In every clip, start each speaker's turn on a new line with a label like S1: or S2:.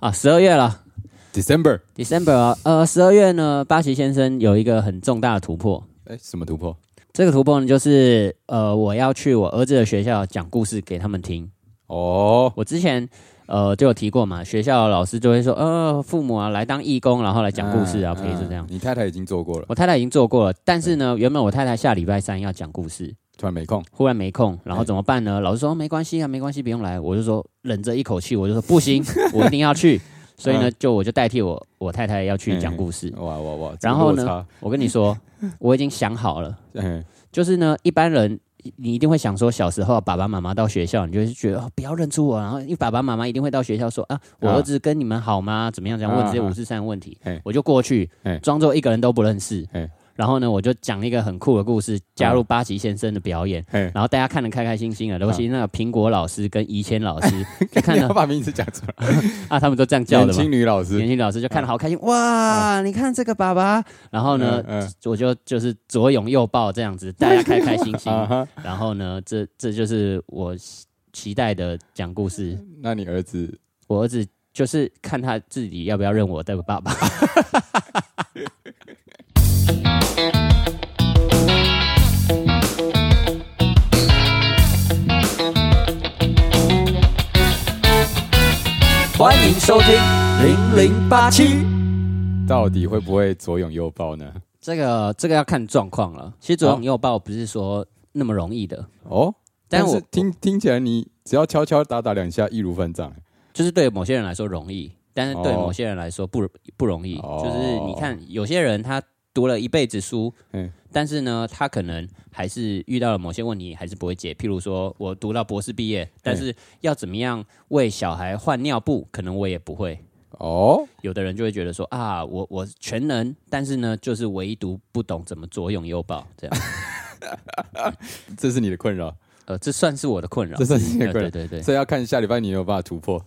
S1: 啊，十二月了
S2: December，
S1: ，December 啊呃，十二月呢，巴奇先生有一个很重大的突破。
S2: 哎，什么突破？
S1: 这个突破呢，就是呃，我要去我儿子的学校讲故事给他们听。
S2: 哦，
S1: 我之前呃就有提过嘛，学校老师就会说，呃，父母啊来当义工，然后来讲故事啊，陪着这样
S2: 嗯。你太太已经做过了，
S1: 我太太已经做过了，但是呢，原本我太太下礼拜三要讲故事，
S2: 突然没空。
S1: 忽然没空，然后怎么办呢？老师说没关系啊，没关系，不用来。我就说忍着一口气，我就说不 行，我一定要去。所以
S2: 嗯
S1: 呢，就我就代替我我太太要去讲故事。
S2: 哇哇哇！
S1: 然后
S2: 这个
S1: 呢
S2: 落，
S1: 我跟你说，我已经想好了，
S2: 差？嗯，
S1: 就是呢，一般人你一定会想说，小时候爸爸妈妈到学校，你就会觉得、哦、不要认出我，然后因为爸爸妈妈一定会到学校说啊，我
S2: 啊
S1: 儿子跟你们好吗？怎么样？怎么样？
S2: 啊
S1: 问这些
S2: 啊
S1: 五四三的问题
S2: 嘿，
S1: 我就过去
S2: 嘿，
S1: 装作一个人都不认识
S2: 嘿，
S1: 然后呢，我就讲一个很酷的故事，加入八旗先生的表演。
S2: 嘿，
S1: 然后大家看得开开心心的，尤其是那个苹果老师跟怡谦老 师，就 看
S2: 你要
S1: 到
S2: 把名字讲出来。
S1: 啊，他们都这样叫
S2: 年
S1: 的嘛
S2: 轻。女老师
S1: 年，轻老师就看啊得好开心，哇！你看这个爸爸，然后呢，
S2: 嗯嗯
S1: 我就就是左拥右抱这样子，大家开开心 心。
S2: 啊哈，
S1: 然后呢，这这就是我期期待的讲故事。
S2: 那你儿子
S1: 我儿子就是看他自己要不要认我的爸 爸。
S2: 欢迎收听零零八七，到底会不会左拥右抱呢？
S1: 这个这个要看状况了。其实左拥右抱不是说那么容易的，
S2: 哦，
S1: 但
S2: 但
S1: 我
S2: 是听听起来你只要敲敲打打两下，易如反掌。
S1: 就是对某些人来说容易，但是对
S2: 哦
S1: 某些人来说不不容易。
S2: 哦
S1: 就是你看，有些人他读了一辈子书
S2: 嗯，
S1: 但是呢，他可能还是遇到了某些问题，还是不会解。譬如说我读到博士毕
S2: 嗯
S1: 业，但是要怎么样为小孩换尿布，可能我也不会。
S2: 哦，
S1: 有的人就会觉得说啊，我我全能，但是呢，就是唯独不懂怎么左拥右抱这 样。
S2: 这是你的困扰，
S1: 呃，这算是我的困扰，
S2: 这算是你的
S1: 呃
S2: 困
S1: 对
S2: 扰。
S1: 对对，
S2: 所以要看下礼拜你有没有办法突破。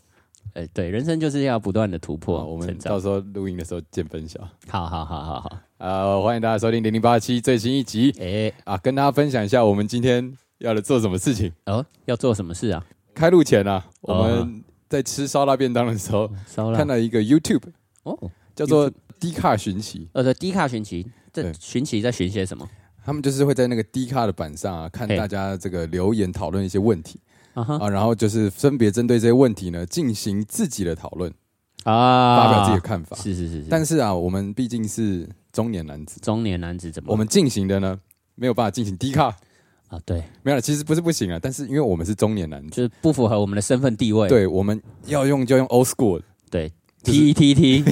S1: 呃对，人生就是要不断的突破
S2: 好，我们
S1: 成长。
S2: 到时候录音的时候见分晓。
S1: 好好好好好，
S2: 呃，欢迎大家收听零零八七最新一集
S1: 哎、
S2: 啊，跟大家分享一下我们今天要来做什么事情。
S1: 哦，要做什么事啊？
S2: 开录前啊，我
S1: 哦
S2: 们在吃烧腊便当的时候，
S1: 烧腊
S2: 看到一个 YouTube
S1: 哦，
S2: 叫做低卡寻奇，
S1: 呃，对，低卡寻奇，这
S2: 对
S1: 寻奇在寻些什么？
S2: 他们就是会在那个低卡的版上啊，看
S1: 嘿
S2: 大家这个留言讨论一些问题
S1: 啊哈
S2: 啊，然后就是分别针对这些问题呢进行自己的讨论，
S1: 啊
S2: 发表自己的看法。
S1: 是是是是，但
S2: 但是啊，我们毕竟是中年男子，
S1: 中年男子怎么了？
S2: 我们进行的呢没有办法进行低卡，
S1: 啊，对，
S2: 没有了，其实不是不行啊，但是因为我们是中年男子。
S1: 就是不符合我们的身份地位。
S2: 对，我们要用就用 old school
S1: 对
S2: 就是
S1: ，P T T，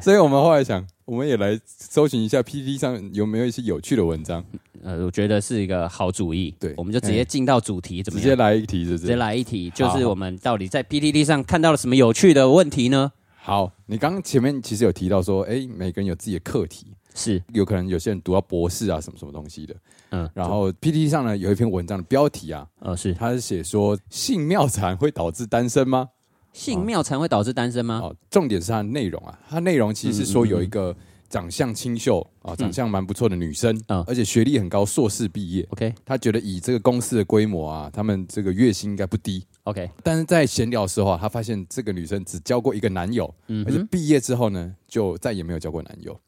S2: 所以我们后来想，我们也来搜寻一下 PPT 上有没有一些有趣的文章，
S1: 呃，我觉得是一个好主意。
S2: 对
S1: 我们就直接进到主题，怎么
S2: 直
S1: 样
S2: 接？来一题，是不
S1: 直接
S2: 是？
S1: 来一题，就
S2: 好
S1: 是
S2: 好
S1: 我们到底在 P T T 上看到了什么有趣的问题呢？
S2: 好，你刚刚前面其实有提到说，哎、每个人有自己的课题，
S1: 是，
S2: 有可能有些人读到博士啊，什么什么东西的。
S1: 嗯，
S2: 然后 PPT 上呢有一篇文章的标题啊，
S1: 呃，是
S2: 它是写说性妙产会导致单身吗？
S1: 性妙禅会导致单身吗？
S2: 哦，重点是它的内容啊，它内容其实是说有一个长相清秀啊，长相蛮不错的女生，
S1: 嗯
S2: 而且学历很高，硕士毕业。
S1: OK
S2: 他觉得以这个公司的规模啊，他们这个月薪应该不低。
S1: OK，
S2: 但是在闲聊的时候啊，他发现这个女生只交过一个男友，
S1: 嗯
S2: 而且
S1: 哼，
S2: 毕业之后呢，就再也没有交过男友。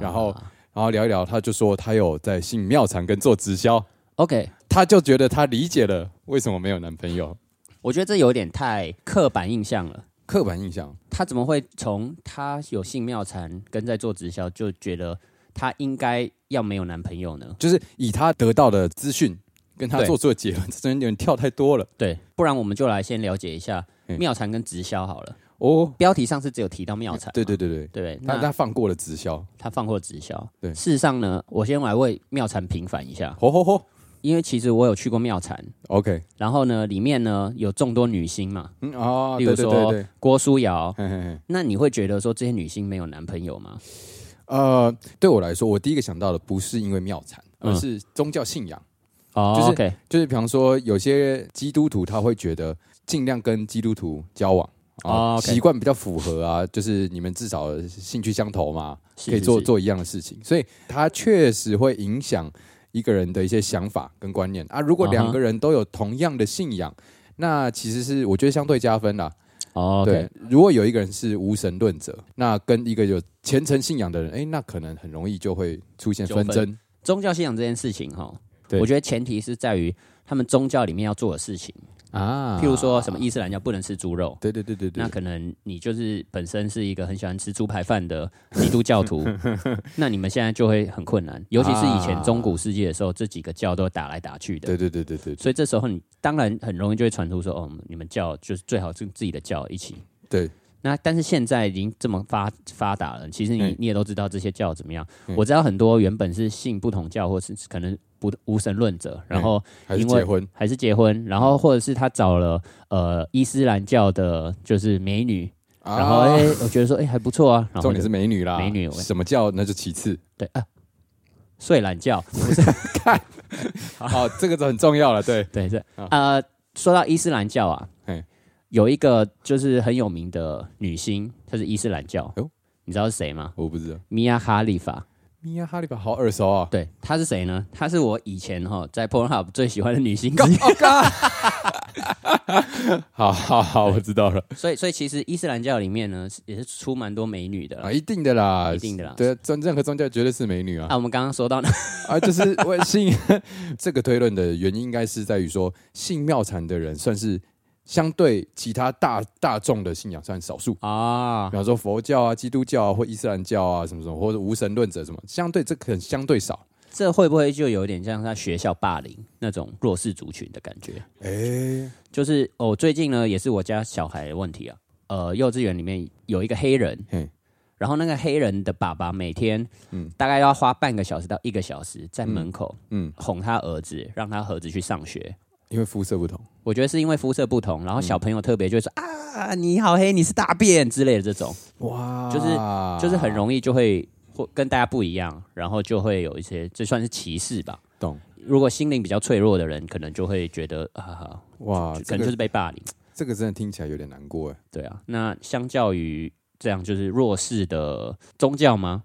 S2: 然后
S1: 啊
S2: 然后聊一聊，他就说他有在信妙产跟做直销，
S1: OK，
S2: 他就觉得他理解了为什么没有男朋友。
S1: 我觉得这有点太刻板印象了。
S2: 刻板印象，
S1: 他怎么会从他有性妙禅跟在做直销就觉得他应该要没有男朋友呢？
S2: 就是以他得到的资讯跟他
S1: 对
S2: 做出的结论，这真的有点跳太多了
S1: 对，不然我们就来先了解一下
S2: 嗯
S1: 妙禅跟直销好了。
S2: 哦。
S1: 标题上是只有提到妙禅嘛，
S2: 对对对对，
S1: 对不对，
S2: 他
S1: 啊那
S2: 他放过了直销，
S1: 他放过直销。
S2: 对
S1: 事实上呢，我先来为妙禅平反一下，
S2: 吼吼吼
S1: 因为其实我有去过妙禅，
S2: ，OK，
S1: 然后呢，里面呢有众多女星嘛，
S2: 嗯啊，
S1: 例
S2: 对
S1: 如
S2: 对对
S1: 说
S2: 对，
S1: 郭书瑶。
S2: 嘿嘿嘿，
S1: 那你会觉得说这些女星没有男朋友吗？
S2: 呃，对我来说，我第一个想到的不是因为妙产，而
S1: 嗯
S2: 是宗教信仰。
S1: 哦
S2: 就是
S1: OK，
S2: 就是比方说，有些基督徒他会觉得尽量跟基督徒交往
S1: 哦
S2: 啊，
S1: ，OK
S2: 习惯比较符合啊，就是你们至少兴趣相投嘛，
S1: 是
S2: 可以做
S1: 是是
S2: 做一样的事情，所以它确实会影响一个人的一些想法跟观念啊。如果
S1: 啊哈
S2: 两个人都有同样的信仰，那其实是我觉得相对加分啦。
S1: 哦，
S2: 对，如果有一个人是无神论者，那跟一个有虔诚信仰的人，哎，那可能很容易就会出现纷
S1: 纠
S2: 争。
S1: 宗教信仰这件事情哈，
S2: 对
S1: 我觉得前提是在于他们宗教里面要做的事情，
S2: 啊
S1: 譬如说什么伊斯兰教不能吃猪肉。
S2: 对对对对对，
S1: 那可能你就是本身是一个很喜欢吃猪排饭的基督教 徒，那你们现在就会很困难，尤其是以前中古世纪的时候，这几个教都打来打去的
S2: 对，对对对对
S1: 所以这时候你当然很容易就会传出说，哦，你们教就是最好是自己的教一起。
S2: 对，
S1: 那但是现在已经这么发发达了，其实你、
S2: 嗯
S1: 你也都知道这些教怎么样。
S2: 嗯
S1: 我知道很多原本是信不同教，或是可能不无神论者，然后
S2: 还是
S1: 因为
S2: 结婚
S1: 还是结婚，然后或者是他找了呃伊斯兰教的，就是美女，
S2: 啊
S1: 然后哎、我觉得说哎、还不错啊，然后
S2: 重
S1: 就
S2: 点是美女啦，
S1: 美女我
S2: 什么教那就其次
S1: 对啊，睡懒觉，
S2: 哦，这个很重要了，对，
S1: 对对，
S2: 啊
S1: 呃，说到伊斯兰教啊
S2: 嘿，
S1: 有一个就是很有名的女星，她是伊斯兰教
S2: 哦，
S1: 你知道是谁吗？
S2: 我不知道，
S1: 米娅哈利法，
S2: 米娅哈利法好耳熟啊，
S1: 对，她是谁呢？她是我以前哈在 Pornhub 最喜欢的女星之
S2: 干
S1: 一，
S2: 哦干， 好好好，我知道了
S1: 所以所以其实伊斯兰教里面呢是也是出蛮多美女的啦
S2: 啊，一定的啦，
S1: 一定的啦
S2: 对，宗任何宗教绝对是美女啊
S1: 啊，我们刚刚说到
S2: 啊，就是我信这个推论的原因，应该是在于说信妙禅的人算是相对其他大大众的信仰算少数。
S1: 啊
S2: 比，方说佛教啊、基督教啊，或伊斯兰教啊，什么什么，或者无神论者什么，相对这可能相对少。
S1: 这会不会就有点像在学校霸凌那种弱势族群的感觉？
S2: 哎、
S1: 就是哦，最近呢也是我家小孩的问题啊，呃，幼稚园里面有一个黑人
S2: 嘿，
S1: 然后那个黑人的爸爸每天，
S2: 嗯
S1: 大概要花半个小时到一个小时在门口
S2: 嗯，
S1: 哄他儿子，让他儿子去上学。
S2: 因为肤色不同，
S1: 我觉得是因为肤色不同，然后小朋友特别就会说、
S2: 嗯
S1: 啊，你好黑，你是大便之类的这种，
S2: 哇，啊
S1: 就是就是很容易就会或跟大家不一样，然后就会有一些这算是歧视吧。
S2: 懂
S1: 如果心灵比较脆弱的人，可能就会觉得啊，
S2: 哇，
S1: 可
S2: 这
S1: 能
S2: 个
S1: 就是被霸凌。
S2: 这个真的听起来有点难过哎。
S1: 对啊，那相较于这样就是弱势的宗教吗？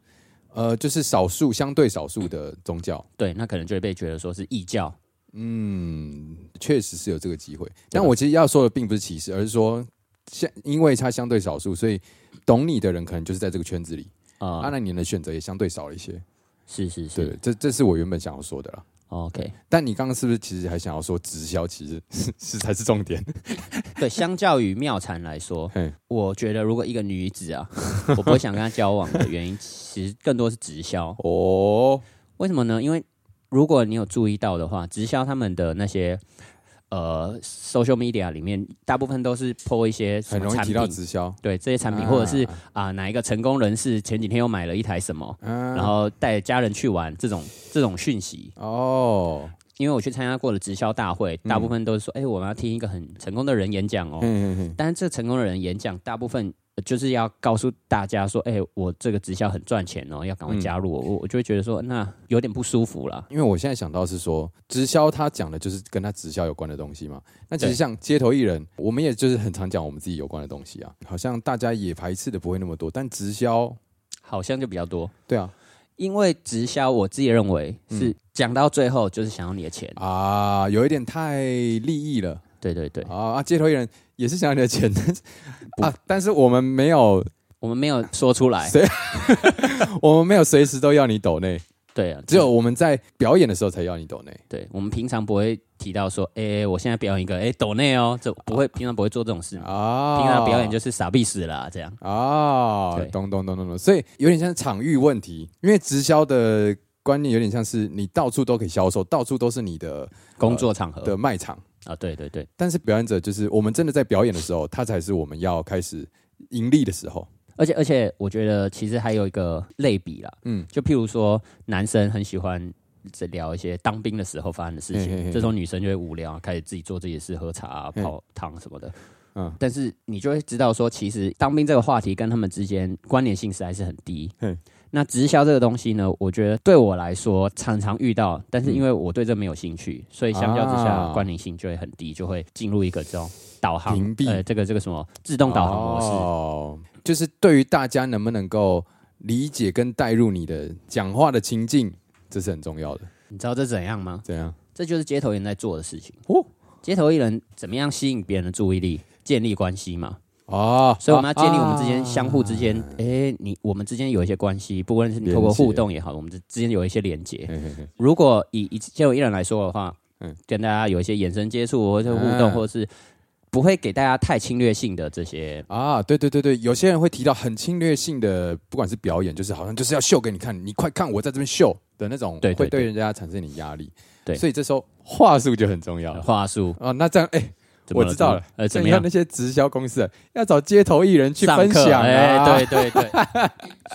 S2: 呃，就是少数相对少数的宗教，
S1: 对，那可能就会被觉得说是异教。
S2: 嗯，确实是有这个机会。
S1: 啊
S2: 但我其实要说的并不是歧视，而是说相因为它相对少数，所以懂你的人可能就是在这个圈子里，
S1: 啊、
S2: 啊，那你的选择也相对少了一些。
S1: 是是是
S2: 对，这这是我原本想要说的啦。
S1: ，OK，
S2: 但你刚刚是不是其实还想要说直销其实 是是才是重点？
S1: 对，相较于妙禅来说
S2: 嘿，
S1: 我觉得如果一个女子啊， 我不会想跟她交往的原因，其实更多是直销。
S2: 哦，
S1: 为什么呢？因为如果你有注意到的话，直销他们的那些呃 social media 里面，大部分都是 po 一些什
S2: 很
S1: 么
S2: 容易
S1: 产
S2: 提
S1: 品，
S2: 到直销，
S1: 对这些产品，
S2: 啊
S1: 或者是啊、哪一个成功人士前几天又买了一台什么，
S2: 嗯
S1: 然后带家人去玩这种这种讯息。
S2: 哦，
S1: 因为我去参加过的直销大会，大部分都是说，哎、我们要听一个很成功的人演讲哦。
S2: 嗯嗯嗯嗯，
S1: 但是这成功的人演讲，大部分呃就是要告诉大家说，哎、我这个直销很赚钱哦，要赶
S2: 嗯
S1: 快加入我。我我就会觉得说，那有点不舒服啦。
S2: 因为我现在想到是说直销，他讲的就是跟他直销有关的东西嘛。那其实
S1: 对
S2: 像街头艺人，我们也就是很常讲我们自己有关的东西啊，好像大家也排斥的不会那么多，但直销，
S1: 好像就比较多，
S2: 对啊
S1: 因为直销我自己认为
S2: 嗯
S1: 是讲、到最后就是想要你的钱。
S2: 啊，有一点太利益了
S1: 对对对，
S2: 啊啊！街头艺人也是想要你的钱，但是啊，但是我们没有，
S1: 我们没有说出来
S2: 谁。我们没有随时都要你抖内，
S1: 对啊，
S2: 只有我们在表演的时候才要你抖内。
S1: 对，我们平常不会提到说，哎、我现在表演一个，哎、抖内哦，这不会，平常不会做这种事。
S2: 啊，
S1: 平常表演就是傻逼死了啊、这样。
S2: 啊
S1: 对，
S2: 懂懂懂懂懂，所以有点像场域问题，因为直销的观念有点像是你到处都可以销售，到处都是你的
S1: 工作场合
S2: 的卖场，
S1: 啊，对对对，
S2: 但是表演者就是我们真的在表演的时候，它才是我们要开始盈利的时候。
S1: 而且而且，我觉得其实还有一个类比啦，
S2: 嗯，
S1: 就譬如说，男生很喜欢在聊一些当兵的时候发生的事情，
S2: 嘿嘿嘿
S1: 这时候女生就会无聊，开始自己做自己的事，喝茶、啊、
S2: 嗯
S1: 泡汤什么的。
S2: 嗯
S1: 但是你就会知道说，其实当兵这个话题跟他们之间关联性实在是很低
S2: 嗯。
S1: 那直销这个东西呢，我觉得对我来说常常遇到，但是因为我对这没有兴趣，所以相较之下
S2: 嗯啊
S1: 关联性就会很低，就会进入一个这种导航
S2: 屏蔽
S1: 呃，这个这个什么自动导航模式。
S2: 哦，就是对于大家能不能够理解跟带入你的讲话的情境，这是很重要的。
S1: 你知道这怎样吗？
S2: 怎样？
S1: 这就是街头艺人在做的事情。
S2: 哦
S1: 街头艺人怎么样吸引别人的注意力，建立关系嘛？
S2: 哦，
S1: 所以我们要建立我们之
S2: 啊
S1: 间相互之间，诶，你我们之间有一些关系，不论是你透过
S2: 连接
S1: 互动也好，我们之之间有一些连接。
S2: 嘿嘿嘿
S1: 如果以以就我一人来说的话，
S2: 嗯
S1: 嗯，跟大家有一些眼神接触或者互动，
S2: 嗯
S1: 或者是不会给大家太侵略性的这些，
S2: 啊，对对对对，有些人会提到很侵略性的，不管是表演，就是好像就是要秀给你看，你快看我在这边秀的那种，
S1: 对对
S2: 会对
S1: 对
S2: 人家产生你压力。
S1: 对
S2: 所以这时候话术就很重要
S1: 呃
S2: 了。
S1: 话术。
S2: 啊，那这样哎、
S1: 怎么
S2: 我知道了
S1: 怎么呃，
S2: 所
S1: 怎
S2: 以
S1: 么
S2: 你看
S1: 样
S2: 那？些直销公司啊要找街头艺人去
S1: 上
S2: 分
S1: 课
S2: 享
S1: 哎、
S2: 啊，
S1: 对对 对。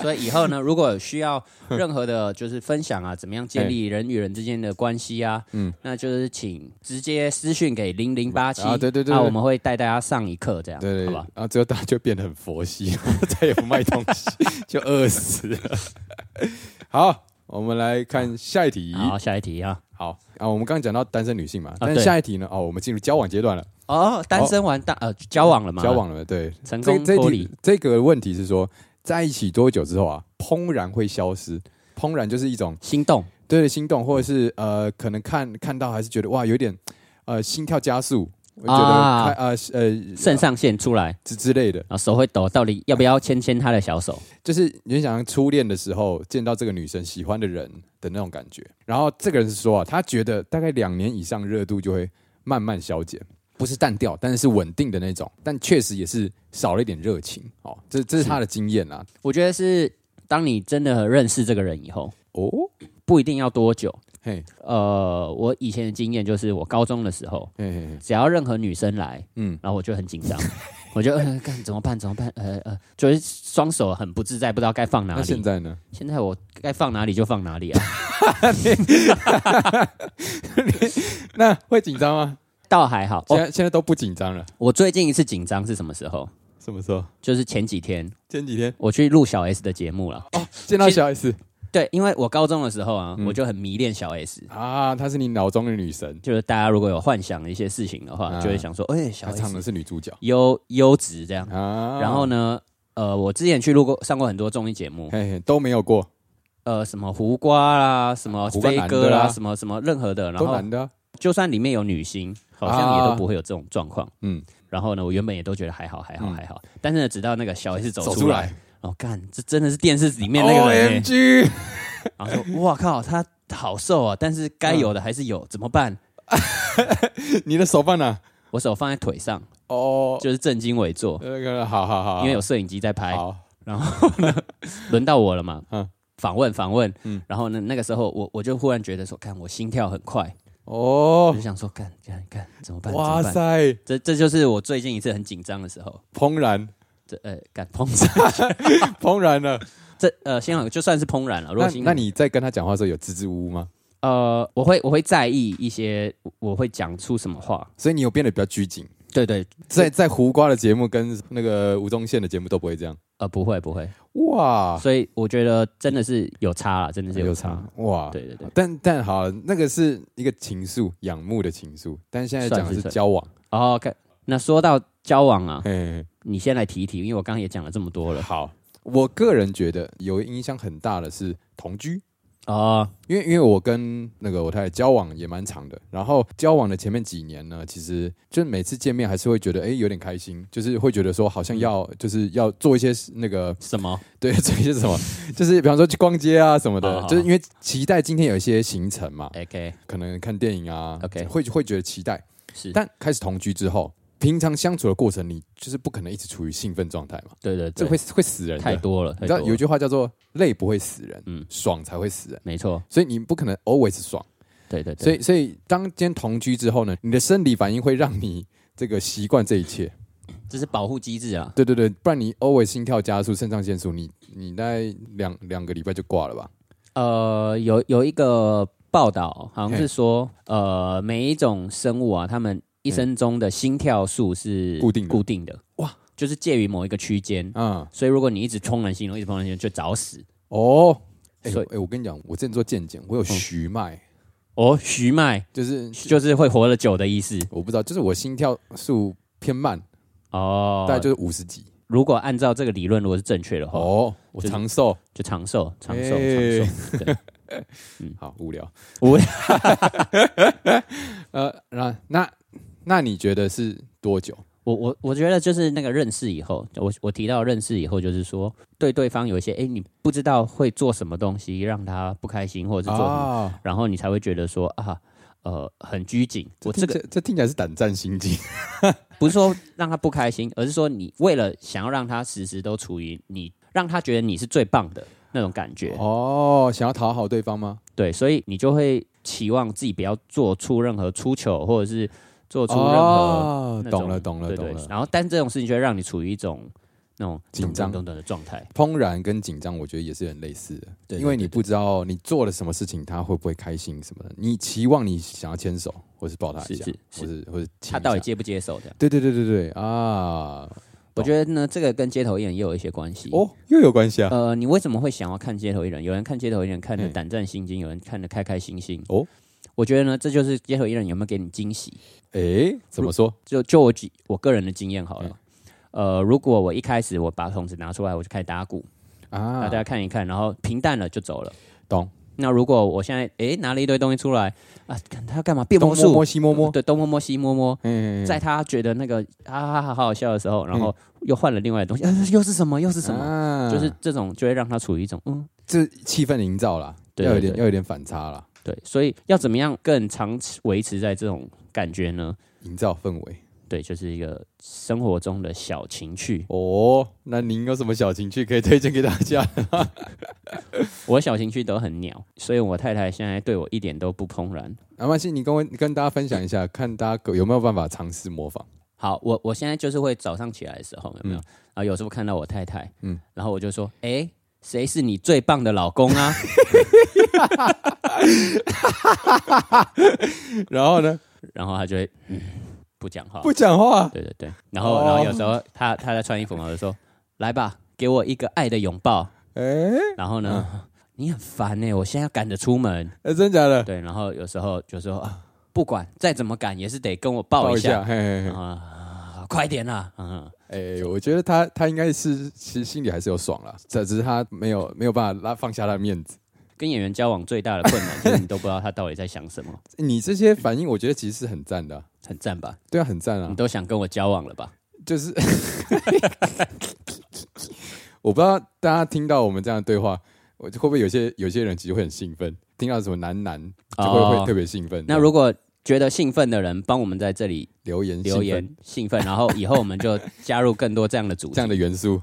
S1: 所以以后呢，如果有需要任何的，就是分享啊，怎么样建立人与人之间的关系啊，
S2: 哎嗯
S1: 嗯，那就是请直接私讯给零零八七
S2: 啊对对对
S1: 那
S2: 对
S1: 我们会带大家上一课，这样，
S2: 对对
S1: 好
S2: 对，
S1: 吧？
S2: 然后最后大家就变得很佛系， 再也不卖东西，就饿死了。好，我们来看下一题。
S1: 好，下一题啊。
S2: 好啊，我们刚刚讲到单身女性嘛，但是
S1: 对
S2: 下一题呢？哦，我们进入交往阶段了，
S1: 哦，单身完大、呃交往了嘛？
S2: 交往了，对，
S1: 成
S2: 这
S1: 功
S2: 这
S1: 脱
S2: 一
S1: 离
S2: 题，这个问题是说，在一起多久之后啊，怦然会消失？怦然就是一种
S1: 心动，
S2: 对心动，或者是呃，可能看看到还是觉得哇，有点呃心跳加速，我觉得
S1: 啊
S2: 开呃呃
S1: 肾上腺出来，
S2: 之之类的，
S1: 然后手会抖，到底要不要牵牵他的小手？
S2: 就是你想象初恋的时候见到这个女生喜欢的人的那种感觉。然后这个人是说啊，他觉得大概两年以上热度就会慢慢消减，不是淡掉，但是是稳定的那种，但确实也是少了一点热情哦。这这是他的经验啊啦。
S1: 我觉得是当你真的认识这个人以后，
S2: 哦，
S1: 不一定要多久。
S2: 嘿，
S1: 呃，我以前的经验就是，我高中的时候，
S2: 嘿嘿嘿，
S1: 只要任何女生来，
S2: 嗯，
S1: 然后我就很紧 张，我就呃干、怎么办？怎么办？呃呃，就是双手很不自在，不知道该放哪
S2: 那
S1: 里。
S2: 现在呢？
S1: 现在我该放哪里就放哪里啊，
S2: 那会紧张吗？
S1: 倒还好。
S2: 现
S1: 哦，
S2: 在、现在都不紧张了。
S1: 我最近一次紧张是什么时候？
S2: 什么时候？
S1: 就是前几天
S2: 前几天
S1: 我去录小 S 的节目了。
S2: 见到小 S
S1: 对，因为我高中的时候啊，
S2: 嗯
S1: 我就很迷恋小 S，
S2: 啊，她是你脑中的女神，
S1: 就是大家如果有幻想一些事情的话，
S2: 啊
S1: 就会想说，哎、小
S2: 她唱的
S1: S
S2: 是女主角
S1: 优优质这样。
S2: 啊。
S1: 然后
S2: 呢？
S1: 呢，呃，我之前去录过上过很多综艺节目，
S2: 嘿嘿，都没有过，
S1: 呃，什么胡瓜啦，什么
S2: 胡瓜
S1: 飞
S2: 男的
S1: 哥
S2: 啦
S1: 啦，什么什么任何的，然
S2: 都
S1: 后
S2: 男的啊、
S1: 就算里面有女星，好像也
S2: 啊
S1: 都不会有这种状况。
S2: 嗯
S1: 嗯，然后呢，我原本也都觉得还好，还好，
S2: 嗯
S1: 还好。但是呢，直到那个小 S 走
S2: 走出
S1: 出
S2: 来
S1: 来，哦，干，这真的是电视里面那个人、欸，
S2: ，OMG，
S1: 然后说，哇靠，他好瘦啊，但是该有的还是有，怎么办？
S2: 你的手放哪？
S1: 我手放在腿上，
S2: 哦，啊
S1: 就是正襟危坐，
S2: 那个好好好，
S1: 因为有摄影机在拍。
S2: 好
S1: 轮到我了嘛
S2: 啊嗯？
S1: 访问访问
S2: 嗯，
S1: 然后呢，那个时候我我就忽然觉得说，看我心跳很快，我
S2: 哦
S1: 就，想说，干干干，怎么办？怎
S2: 哇
S1: 么办？
S2: 塞，
S1: 这这就是我最近一次很紧张的时候。
S2: 怦然
S1: 这呃，干怦
S2: 怦然了。
S1: 这呃，先好就算是怦然了。如
S2: 那
S1: 果心
S2: 那你在跟他讲话的时候有支支吾吾吗？
S1: 呃，我会我会在意一些，我会讲出什么话。
S2: 所以你有变得比较拘谨，
S1: 对对，
S2: 在在胡瓜的节目跟那个吴宗宪的节目都不会这样。
S1: 呃，不会不会。
S2: 哇，
S1: 所以我觉得真的是有差了，真的是有差。
S2: 哇！
S1: 对对对，
S2: 但但好，那个是一个情愫，仰慕的情愫，但现在讲的
S1: 算是
S2: 是
S1: 算
S2: 交往。
S1: 哦，OK，那说到交往啊，
S2: 嘿嘿
S1: 你先来提一提，因为我刚刚也讲了这么多
S2: 嘿
S1: 了。
S2: 好，我个人觉得有影响很大的是同居，
S1: 哦，
S2: 因为因为我跟那个我太太交往也蛮长的，然后交往的前面几年呢，其实就每次见面还是会觉得哎、诶有点开心，就是会觉得说好像
S1: 嗯
S2: 要、就是要做一些那个
S1: 什么？
S2: 对 做一些什么，就是比方说去逛街啊什么的，
S1: 好好
S2: 就是因为期待今天有一些行程嘛，
S1: OK，
S2: 可能看电影啊
S1: OK
S2: 会会觉得期待。
S1: 是，
S2: 但开始同居之后，平常相处的过程，你就是不可能一直处于兴奋状态嘛，
S1: 对对
S2: 这
S1: 对，
S2: 会会死人的
S1: 太。多了，
S2: 你
S1: 太
S2: 知道
S1: 多
S2: 有一
S1: 了，
S2: 句话叫做“累不会死人，
S1: 嗯
S2: 爽才会死人
S1: 没错”，，
S2: 所以你不可能 always 爽。
S1: 对对对，
S2: 所以，所以当今天同居之后呢，你的生理反应会让你这个习惯这一切。
S1: 这是保护机制啊。
S2: 对对对，不然你 always 心跳加速、肾上腺素，你你大概两两个礼拜就挂了吧？
S1: 呃，有有一个报道，好像
S2: 嘿
S1: 是说，呃，每一种生物啊，它们一生中的心跳数是
S2: 嗯固定的
S1: 固定的，
S2: 哇
S1: 哇，就是介于某一个区间。
S2: 啊、
S1: 所以如果你一直怦然心动，一直怦然心动，就早死。
S2: 哦，哎、
S1: 所以嗯
S2: 哎我跟你讲，我之前做健检，我有徐脉，
S1: 哦，徐脉
S2: 就是
S1: 就是会活得久的意思
S2: 我不知道，就是我心跳速偏慢，
S1: 哦
S2: 大。概就是五十几。
S1: 如果按照这个理论，如果是正确的话，
S2: 哦，我
S1: 就是
S2: 长寿。
S1: 就长寿，长寿，
S2: 哎
S1: 长寿。对，
S2: 好无聊，
S1: 无
S2: 聊。呃，那那那你觉得是多久？
S1: 我我我觉得就是那个认识以后，我我提到认识以后，就是说对对方有一些哎，你不知道会做什么东西让他不开心，或者是做什么，
S2: 啊，
S1: 然后你才会觉得说啊。呃，很拘谨。我这
S2: 听
S1: 个
S2: 起来这听起来是胆战心惊，
S1: 不是说让他不开心，而是说你为了想要让他时时都处于你，让他觉得你是最棒的那种感 觉。
S2: 哦，想要讨好对方吗？
S1: 对，所以你就会期望自己不要做出任何出糗，或者是做出任何、
S2: 哦
S1: 那种
S2: 懂了懂了
S1: 对
S2: 懂
S1: 对
S2: 了，
S1: 然后，但这种事情就会让你处于一种那种
S2: 紧张
S1: 等等的状态。
S2: 怦然跟紧张，我觉得也是很类似的，
S1: 对对
S2: 因为你不知道你做了什么事情，他会不会开心什么的，你期望你想要牵手，或是抱他一下
S1: 是，是
S2: 或是或是亲
S1: 他
S2: 一
S1: 到底
S2: 下
S1: 接不接受的？
S2: 对对对对对啊，
S1: 我觉得呢，这个跟街头艺人也有一些关系。
S2: 哦，又有关系啊，
S1: 呃，你为什么会想要看街头艺人？有人看街头艺人看的
S2: 嗯
S1: 胆战心惊，有人看的开开心心。
S2: 哦，
S1: 我觉得呢，这就是街头艺人有没有给你惊喜。
S2: 诶，怎么说？
S1: 就就我几我个人的经验好
S2: 嗯
S1: 了。呃，如果我一开始我把筒子拿出来，我就开始打鼓，
S2: 啊，
S1: 大家看一看，然后平淡了就走了。
S2: 懂，
S1: 那如果我现在诶拿了一堆东西出来啊，看他要干嘛变魔
S2: 东摸
S1: 术
S2: 摸？西摸摸，
S1: 对，东摸摸西摸摸，
S2: 嗯，
S1: 在他觉得那个啊好好笑的时候，然后又换了另外的东西，啊又是什么？又是什么？
S2: 么
S1: 就是这种就会让他处于一种嗯
S2: 这气氛营造啦，
S1: 对
S2: 要有
S1: 对
S2: 点
S1: 对
S2: 要有点反差啦，
S1: 对，所以要怎么样更长期维持在这种感觉呢？
S2: 营造氛围。
S1: 对，就是一个生活中的小情趣。
S2: 哦，那您有什么小情趣可以推荐给大家？
S1: 我的小情趣都很鸟，所以我太太现在对我一点都不怦然。
S2: 没关系，你跟我跟大家分享一下，看大家有没有办法尝试模仿。
S1: 好，我我现在就是会早上起来的时候，有
S2: 嗯
S1: 没有？然后有时候看到我太太，嗯，然后我就说，哎、谁是你最棒的老公啊？
S2: 然后呢，
S1: 然后她就会、嗯、不讲话，
S2: 不讲话，
S1: 对对对。然后
S2: 哦
S1: 然后有时候她她在穿衣服嘛，我就说，来吧，给我一个爱的拥抱。
S2: 哎、
S1: 然后呢，你很烦呢、欸我现在要赶着出门。
S2: 那真假的？
S1: 对，然后有时候就说，啊、不管再怎么赶，也是得跟我抱一下
S2: 抱嘿嘿嘿。
S1: 啊，快点啦，嗯。
S2: 哎、我觉得他他应该是其实心里还是有爽啦，只只是他没有没有办法拉放下他的面子。
S1: 跟演员交往最大的困难就是你都不知道他到底在想什么，
S2: 你这些反应，我觉得其实是很赞的啊、
S1: 很赞吧？
S2: 对啊，很赞啊
S1: 你。都想跟我交往了吧？
S2: 就是 我不知道大家听到我们这样的对话，我会不会有些有些人其实会很兴奋，听到什么男男就会、
S1: 哦
S2: 会特别兴奋。
S1: 那如果觉得兴奋的人，帮我们在这里
S2: 留言
S1: 留
S2: 兴奋
S1: 言兴奋，然后以后我们就加入更多这样的主
S2: 这
S1: 题
S2: 样。的元 素，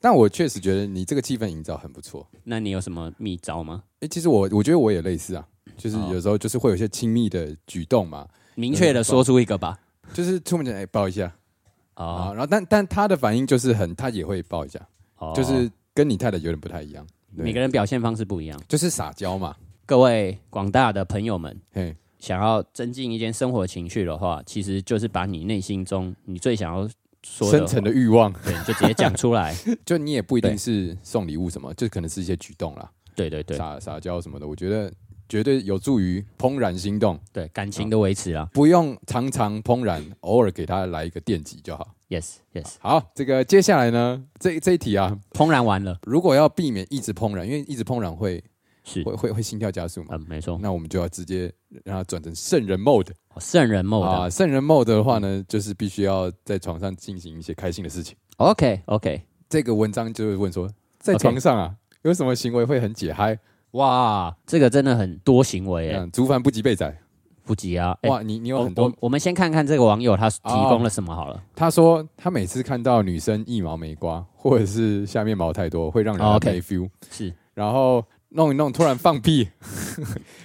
S2: 但我确实觉得你这个气氛营造很不错。
S1: 那你有什么秘招吗？
S2: 哎、其实我我觉得我也类似啊，就是
S1: 哦
S2: 有时候就是会有一些亲密的举动嘛，
S1: 明确的说出一个吧。
S2: 就是出门前哎、抱一下啊，
S1: 哦，
S2: 然后但但他的反应就是很他也会抱一下，
S1: 哦
S2: 就是跟你太太有点不太一样，对
S1: 每个人表现方式不一样。
S2: 就是撒娇嘛，
S1: 各位广大的朋友们，
S2: 嘿。
S1: 想要增进一间生活情趣的话，其实就是把你内心中你最想要说
S2: 深层
S1: 的
S2: 的欲望，
S1: 话，对，你就直接讲出来。
S2: 就你也不一定
S1: 对
S2: 是送礼物什么，就可能是一些举动啦，
S1: 对对对
S2: 撒撒娇什么的，我觉得绝对有助于怦然心动，
S1: 对，感情的维持啊。
S2: 不用常常怦然，偶尔给他来一个电击就好。
S1: Yes Yes，
S2: 好，这个接下来呢，这这一题啊，
S1: 怦然完了。
S2: 如果要避免一直怦然，因为一直怦然会
S1: 是，
S2: 会会会心跳加速嘛，
S1: 嗯，没错，
S2: 那我们就要直接让它转成圣人 mode
S1: 圣人梦
S2: 啊，
S1: 的。
S2: 圣人 mode 的话呢，就是必须要在床上进行一些开心的事情。
S1: OK OK，
S2: 这个文章就是问说，在
S1: OK
S2: 床上啊有什么行为会很解嗨？
S1: 哇，这个真的很多行为哎，
S2: 嗯，竹凡不及被宰。
S1: 不急啊。哎，
S2: 哇，你你有
S1: 我
S2: 很多啊
S1: 我。我们先看看这个网友他提供了什么好了。
S2: 他说他每次看到女生一毛没刮，或者是下面毛太多，会让
S1: 哦
S2: 人
S1: ，OK
S2: 没 feel，、
S1: 是，
S2: 然后弄一弄突然放屁，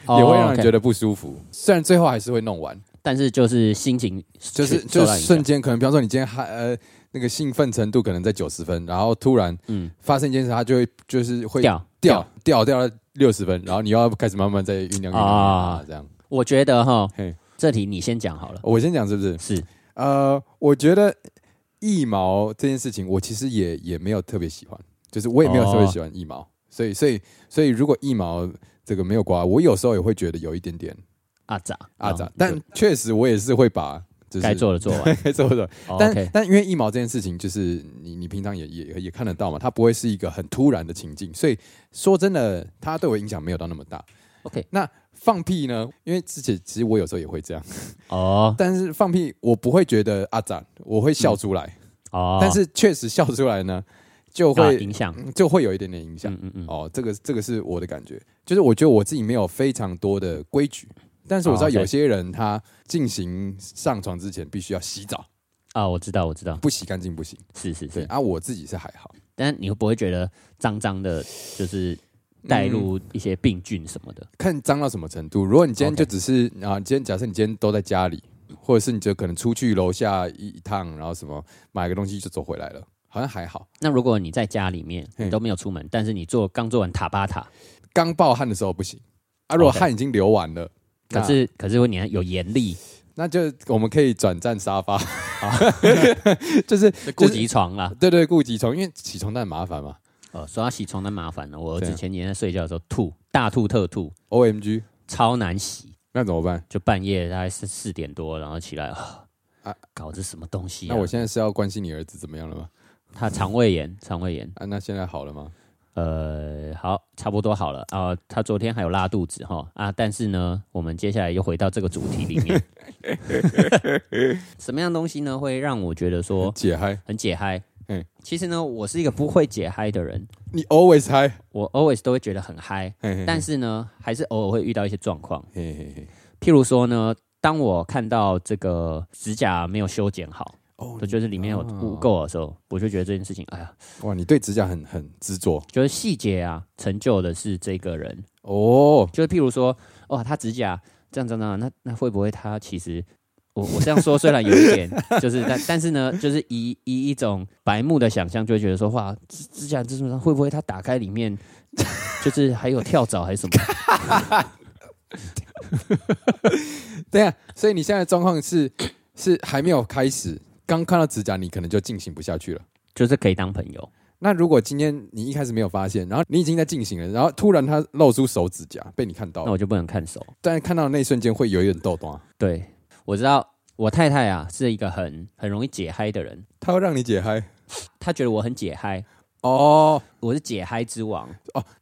S1: 哦
S2: 也会让人觉
S1: 得，
S2: 得不舒服。虽然最后还是会弄完，
S1: 但是就是心情
S2: 就是
S1: 受
S2: 就
S1: 到
S2: 是
S1: 影
S2: 瞬
S1: 响。
S2: 间，可能比方说你今天还呃那个兴奋程度可能在九十分，然后突然
S1: 嗯，
S2: 发生一件事，他就会就是会
S1: 掉
S2: 掉掉掉到六十分，然后你要开始慢慢再酝酿酝酿
S1: 啊
S2: 啊这样。
S1: 我觉得哈
S2: 嘿，
S1: 这题你先讲好了。
S2: 我先讲是不是？
S1: 是
S2: 呃，我觉得腋毛这件事情，我其实也也没有特别喜欢，就是我也没有特别
S1: 哦
S2: 喜欢腋毛，所以所以所以如果腋毛这个没有刮，我有时候也会觉得有一点点
S1: 阿杂
S2: 阿杂，
S1: 嗯
S2: 但确实我也是会把就是
S1: 该 做的做完。
S2: 该做的，
S1: 哦
S2: 但
S1: OK，
S2: 但因为腋毛这件事情，就是你你平常也也也看得到嘛，它不会是一个很突然的情境，所以说真的，它对我影响没有到那么大。
S1: OK，
S2: 那放屁呢？因为之前其实我有时候也会这样，
S1: 哦
S2: 但是放屁我不会觉得啊赞，我会
S1: 嗯
S2: 笑出来，
S1: 哦，
S2: 但是确实笑出来呢，就
S1: 啊
S2: 会、
S1: 影响，
S2: 就会有一点点影响。
S1: 嗯嗯嗯，
S2: 哦，这个这个是我的感觉，就是我觉得我自己没有非常多的规矩，但是我
S1: 哦
S2: 知道
S1: ，OK
S2: 有些人他进行上床之前必须要洗澡，
S1: 啊，我知道我知道，
S2: 不洗干净不行。
S1: 是是
S2: 对
S1: 是，
S2: 啊，我自己是还好，
S1: 但你不会觉得脏脏的，就是带
S2: 嗯
S1: 入一些病菌什么的，
S2: 看脏到什么程度。如果你今天
S1: OK
S2: 就只是啊，今天假设你今天都在家里，或者是你就可能出去楼下一一趟，然后什么买个东西就走回来了，好像还好。
S1: 那如果你在家里面
S2: 嘿
S1: 你都没有出门，但是你做刚做完塔巴塔，
S2: 刚暴汗的时候不行啊，如果
S1: OK
S2: 汗已经流完了，
S1: 可是可是你还有严厉，
S2: 那啊就我们可以转战 沙发，就是
S1: 顾及床啊啦。
S2: 对对顾及床，因为起床单很麻烦嘛。
S1: 呃，说到洗床单麻烦了，我儿
S2: 对
S1: 子
S2: 啊
S1: 前几天在睡觉的时候吐，大吐特吐，
S2: O M G，
S1: 超难洗，
S2: 那怎么办？
S1: 就半夜大概是四点多，然后起来啊
S2: 啊
S1: 搞这什么东西、啊？
S2: 那我现在是要关心你儿子怎么样了吗？
S1: 他肠胃炎，肠胃炎，
S2: 啊，那现在好了吗？
S1: 呃，好，差不多好了啊、他昨天还有拉肚子哈啊，但是呢，我们接下来又回到这个主题里 面，什么样东西呢会让我觉得说
S2: 解嗨，
S1: 很解嗨？嗯
S2: 嗯，
S1: 其实呢，我是一个不会解嗨的人，
S2: 你 always 嗨，
S1: 我 always 都会觉得很嗨，
S2: 嘿嘿
S1: 但是呢，还是偶尔会遇到一些状况，
S2: 嘿嘿嘿，
S1: 譬如说呢，当我看到这个指甲没有修剪好，
S2: 哦
S1: 就就是里面有污垢的时候，我就觉得这件事情，哎呀，
S2: 哇，你对指甲很很执着
S1: 就是细节啊，成就的是这个人。
S2: 哦，
S1: 就是譬如说，哇，他指甲这样这样这样，那那会不会他其实我我这样说虽然有一点就是，但但是呢，就是以以一种白目的想象，就会觉得说，哇，指指甲这种会不会他打开里面就是还有跳蚤还是什么？
S2: 对啊，所以你现在的状 况是是还没有开始，刚看到指甲你可能就进行不下去了。
S1: 就是可以当朋友。
S2: 那如果今天你一开始没有发现，然后你已经在进行了，然后突然他露出手指甲被你看到
S1: 那，我就不能看手。
S2: 但是看到的那一瞬间会有一点痘痘啊，
S1: 对，我知道我太太啊是一个很很容易解嗨的人，
S2: 他会让你解嗨
S1: 她觉得我很解嗨，
S2: 哦，
S1: 我是解嗨之王。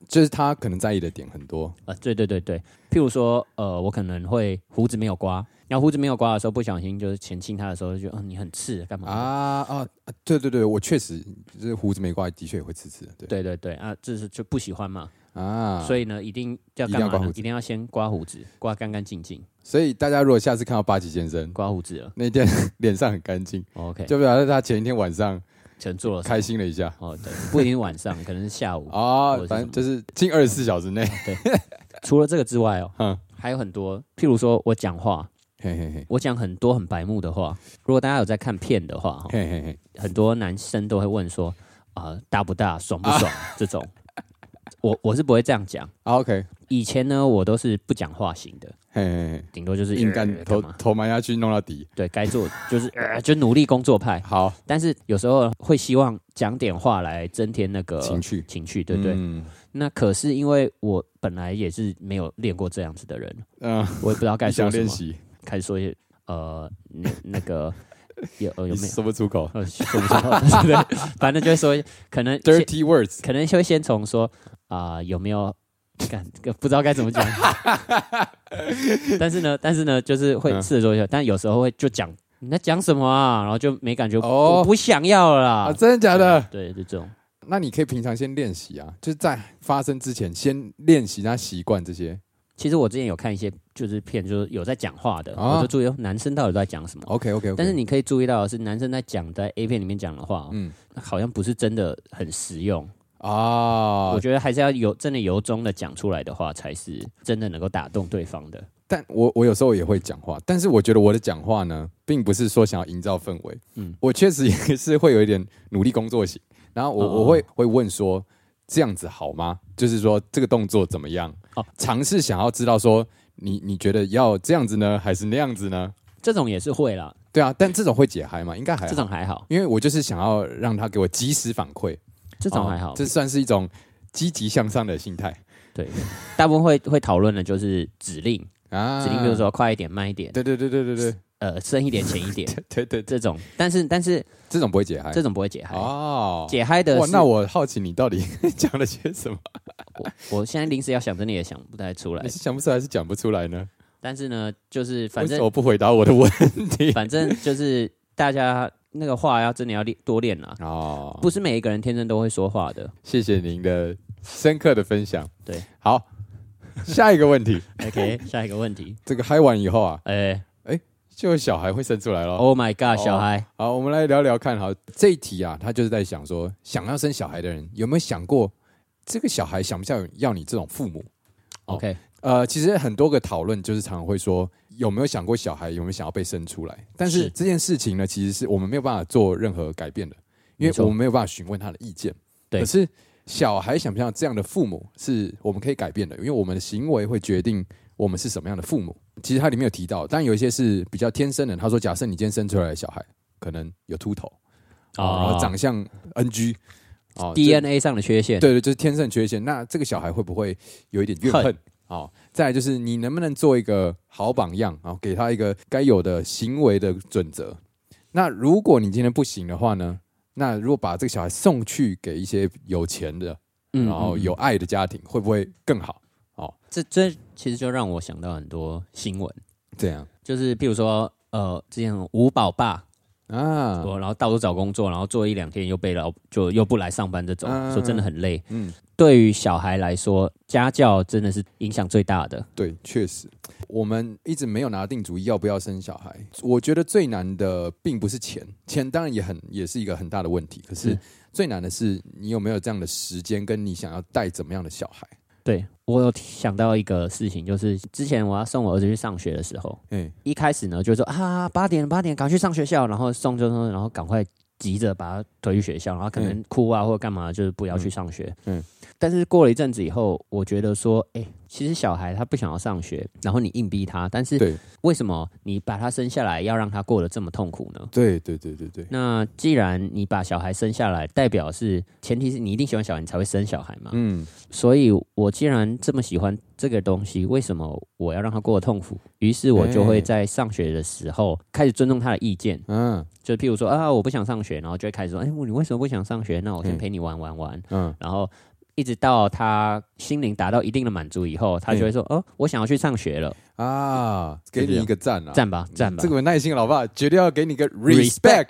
S2: 就是他可能在意的点很多，
S1: 啊，对对对对，譬如说，呃，我可能会胡子没有刮，然后胡子没有刮的时候，不小心就是前亲他的时候，就觉得，嗯、你很刺，干嘛？啊，
S2: 啊啊，啊对对对，我确实这胡子没刮，的确也会刺刺的，对
S1: 对对对啊，这是就不喜欢嘛，
S2: 啊，所
S1: 所
S2: 以
S1: 以呢，一定要
S2: 一
S1: 干
S2: 定要
S1: 嘛
S2: 刮
S1: 呢
S2: 胡？子
S1: 一定要先刮胡子，刮干干净净，
S2: 所以大家如果下次看到八旗先生
S1: 刮胡子了哦
S2: 那天脸上很干净，
S1: ，OK，
S2: 就表示他前一天晚上
S1: 可能做了什么
S2: 开。心了一下
S1: 哦，对，不一定是晚上，可能是下 午。
S2: 啊
S1: 或者是，
S2: 反
S1: 什
S2: 正
S1: 么
S2: 就是近二十四小时内，
S1: 除了这个之外哦，
S2: 嗯
S1: 还有很多，譬如说我讲话，
S2: 嘿嘿嘿
S1: 我讲很多很白目的话。如果大家有在看片的话，哈，
S2: 嘿嘿嘿，
S1: 很多男生都会问说，啊、大不大，爽不 爽、这种。我我是不会这样讲。
S2: 啊 OK，
S1: 以前呢，我都是不讲话型的，
S2: 嘿嘿嘿，
S1: 顶多就是
S2: 硬
S1: 呃
S2: 干头
S1: 嘛
S2: 头埋下去弄到底，
S1: 对该做就是、呃、就努力工作派。
S2: 好
S1: 但是有时候会希望讲点话来增添那个
S2: 情趣，
S1: 情趣，呃对不对？
S2: 嗯
S1: 那可是因为我本来也是没有练过这样子的人，
S2: 嗯，
S1: 我也不知道该
S2: 你
S1: 说
S2: 想
S1: 什
S2: 练
S1: 么，
S2: 习，
S1: 开始说一些呃那那个有呃有
S2: 你
S1: 没有
S2: 说不出口
S1: 呃说不出口，对，反正就是说可能先
S2: ，dirty words，
S1: 可能就会先从说啊、有没有干不知道该怎么 讲，但是呢，但是呢，就是会
S2: 嗯
S1: 试着做一下，但有时候会就讲你在讲什么啊，然后就没感觉，
S2: 哦
S1: 我不想要了啦
S2: 啊，，真的假的？
S1: 对，就这种
S2: 那你可以平常先练习啊，就是在发生之前先练习，让他习惯这些。
S1: 其实我之前有看一些就是片，就是有在讲话的，
S2: 啊
S1: 我就注意哦男生到底在讲什么。
S2: OK OK OK。
S1: 但是，你可以注意到的是，男生在讲在 A 片里面讲的话哦、
S2: 嗯
S1: 好像不是真的很实用。
S2: 啊
S1: 哦我，觉得还是要有真的由衷的讲出来的话，才是真的能够打动对方的。
S2: 但我我有时候也会讲话，但是我觉得我的讲话呢，并不是说想要营造氛围，
S1: 嗯
S2: 嗯，我确实也是会有一点努力工作型，然后我、
S1: 哦哦
S2: 我会会问说这样子好吗？就是说这个动作怎么样？
S1: 哦
S2: 尝试想要知道说你你觉得要这样子呢，还是那样子呢？
S1: 这种也是会啦，
S2: 对啊，但这种会解嗨吗？应该还
S1: 这
S2: 好，哦
S1: 种还好，
S2: 因为我就是想要让他给我及时反馈。哦
S1: 这种还好。
S2: 这算是一种积极向上的心态
S1: 对，大部分会会讨论的就是指令，
S2: 啊
S1: 指令就是，说快一点、慢一点，
S2: 对对对对对对
S1: 呃，深一点、浅一 点
S2: 对对对，
S1: 这种。但是但是
S2: 这种不会解嗨
S1: 这种不会解嗨，
S2: 哎哦。
S1: 解嗨的
S2: 哇，
S1: 是
S2: 那我好奇你到底讲了些什么？
S1: 我我现在临时要想，真的也想不太出来
S2: 你。是想不出来还是讲不出来呢？
S1: 但是呢，就是反
S2: 为
S1: 正
S2: 什么不回答我的问 题？
S1: 反正就是大家那个话要真的要练多练啦，
S2: 哦，
S1: 不是每一个人天生都会说话 的。
S2: 谢谢您的深刻的分享。
S1: 对，
S2: 好，下一个问题，
S1: OK，下一个问 题，
S2: 这个嗨完以后啊，
S1: 哎
S2: 就有小孩会生出来了。
S1: ，Oh my God，
S2: 哦
S1: 小孩，
S2: 好，我们来聊聊看。好，这一题啊，他就是在想说，想要生小孩的人有没有想过，这个小孩想不想要你这种父母？哦
S1: OK，
S2: 呃，其实很多个讨论就是常常会说，有没有想过小孩有没有想要被生出来？但是
S1: 是
S2: 这件事情呢，其实是我们没有办法做任何改变的，
S1: 没
S2: 因为
S1: 错
S2: 我们没有办法询问他的意见。
S1: 对
S2: 可是小孩想不想这样的父母，是我们可以改变的，因为我们的行为会决定我们是什么样的父母。其实它里面有提到，当然有一些是比较天生的。他说，假设你今天生出来的小孩可能有秃头啊、哦然后长相 NG 哦这
S1: DNA 上的缺陷，
S2: 对对，就是天生的缺陷。那这个小孩会不会有一点怨恨
S1: 恨？
S2: 哦，再来就是你能不能做一个好榜样啊、哦给他一个该有的行为的准则。那如果你今天不行的话呢？那如果把这个小孩送去给一些有钱的，
S1: 嗯，
S2: 然后
S1: 嗯嗯
S2: 有爱的家庭，会不会更好？
S1: 这这其实就让我想到很多新闻，
S2: 这样
S1: 就是譬如说，呃，之前五宝爸，
S2: 啊，
S1: 我然后到处找工作，然后做一两天又被老就又不来上班，这种
S2: 嗯
S1: 说真的很累。
S2: 嗯，
S1: 对于小孩来说，家教真的是影响最大的。
S2: 对，确实，我们一直没有拿定主意要不要生小孩。我觉得最难的并不是钱，钱当然也很也是一个很大的问题，可是
S1: 是
S2: 最难的是你有没有这样的时间，跟你想要带怎么样的小孩。
S1: 对我有想到一个事情，就是之前我要送我儿子去上学的时候，
S2: 哎、
S1: 一开始呢就说啊八点八点赶快去上学校，然后送就送，然后赶快急着把他推去学校，然后可能哭啊或者干嘛，就是不要去上学。
S2: 嗯
S1: 嗯
S2: 嗯，
S1: 但是过了一阵子以后，我觉得说，哎、其实小孩他不想要上学，然后你硬逼他，但是
S2: 对
S1: 为什么你把他生下来要让他过得这么痛苦呢？
S2: 对对对对对，
S1: 那既然你把小孩生下来，代表是前提是你一定喜欢小孩，你才会生小孩嘛。
S2: 嗯，
S1: 所以我既然这么喜欢这个东西，为什么我要让他过得痛苦？于是我就
S2: 哎
S1: 会在上学的时候开始尊重他的意见，
S2: 嗯
S1: 就譬如说啊，我不想上学，然后就会开始说，哎、你为什么不想上学？那我先
S2: 嗯
S1: 陪你玩玩玩，
S2: 嗯，
S1: 然后。一直到他心灵达到一定的满足以后，他就会说：“哦，我想要去上学了，
S2: 啊，给你一个赞啊，
S1: 赞吧，赞吧。”
S2: 这个有耐心的老爸绝对要给你个
S1: Respect。
S2: respect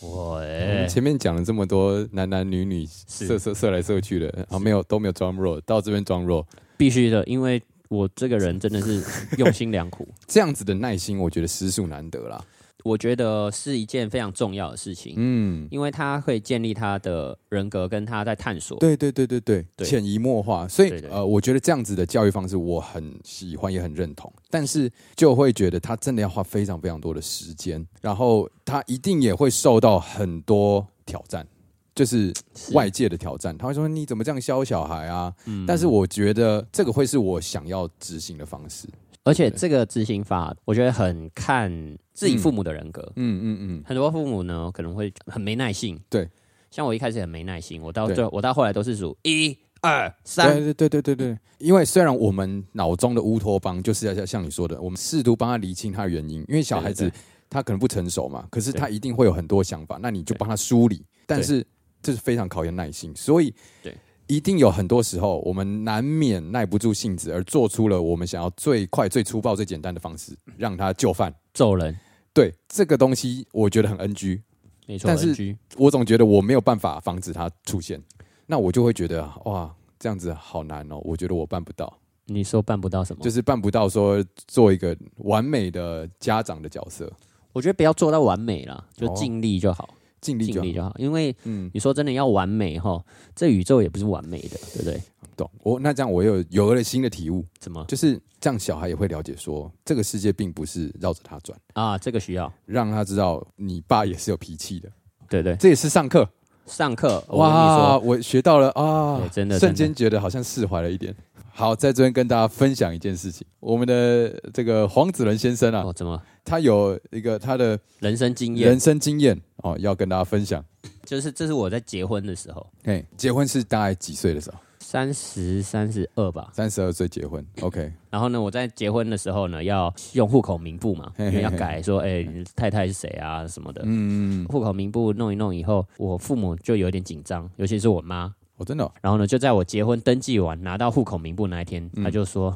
S1: 我
S2: 我们嗯前面讲了这么多男男女女色色色来色去的，然后没有都没有装弱，到这边装弱，
S1: 必须的，因为我这个人真的是用心良 苦，
S2: 这样子的耐心，我觉得实属难得啦。
S1: 我觉得是一件非常重要的事情，
S2: 嗯，
S1: 因为他会建立他的人格，跟他在探索。
S2: 对对对对对，
S1: 对
S2: 潜移默化。所以
S1: 对对
S2: 呃，我觉得这样子的教育方式我很喜欢，也很认同。但是就会觉得他真的要花非常非常多的时间，然后他一定也会受到很多挑战，就是
S1: 是
S2: 外界的挑战。他会说你怎么这样教小孩啊？
S1: 嗯
S2: 但是我觉得这个会是我想要执行的方式。
S1: 而且这个执行法，我觉得很看自己父母的人格。
S2: 嗯嗯嗯，
S1: 很多父母呢，可能会很没耐性。
S2: 对，
S1: 像我一开始很没耐心，我到
S2: 对
S1: 最我到后来都是数一二三，
S2: 对对对对对对，因为虽然我们脑中的乌托邦就是要像像你说的，我们试图帮他厘清他的原因，因为小孩
S1: 对
S2: 子
S1: 对
S2: 他可能不成熟嘛，可是他一定会有很多想法，那你就帮他梳理，但是这是非常考验耐心，所以
S1: 对。
S2: 一定有很多时候，我们难免耐不住性子，而做出了我们想要最快、最粗暴、最简单的方式，让他就范。
S1: 揍人，
S2: 对这个东西，我觉得很 NG，
S1: 没错。
S2: 但是
S1: NG
S2: 我总觉得我没有办法防止它出现，那我就会觉得哇，这样子好难哦，我觉得我办不到，
S1: 你说办不到什么？
S2: 就是办不到说做一个完美的家长的角色，
S1: 我觉得不要做到完美啦，就
S2: 哦
S1: 尽力就好，
S2: 尽力就
S1: 尽
S2: 好
S1: 力。就好。因为
S2: 嗯，
S1: 你说真的要完美哈，这宇宙也不是完美的，对不对？
S2: 懂。我那这样我有有了新的体悟，
S1: 怎么
S2: 就是这样，小孩也会了解说，这个世界并不是绕着他转，
S1: 啊？这个需要，
S2: 让他知道你爸也是有脾气的。
S1: 对对。
S2: 这也是上课
S1: 上课，我跟你
S2: 哇，
S1: 说，
S2: 我学到了啊
S1: 对，真的
S2: 瞬
S1: 真
S2: 间觉得好像释怀了一点。好，在这边跟大家分享一件事情，我们的这个黄子仁先生啊，
S1: 哦，怎么
S2: 他有一个他的
S1: 人生经验
S2: 人？生经验哦，要跟大家分享。
S1: 就是这是我在结婚的时候，
S2: 嘿，结婚是大概几岁的时候？
S1: 三十三十二吧。
S2: 三十二岁结 婚，OK，
S1: 然后呢，我在结婚的时候呢，要用户口名簿嘛，
S2: 嘿嘿
S1: 因为要改说，哎、你太太是谁啊什么的。
S2: 嗯，
S1: 户口名簿弄一弄以后，我父母就有点紧张，尤其是我妈。
S2: 我、真的哦、
S1: 然后呢，就在我结婚登记完拿到户口名簿那一天，
S2: 嗯
S1: 她就说：“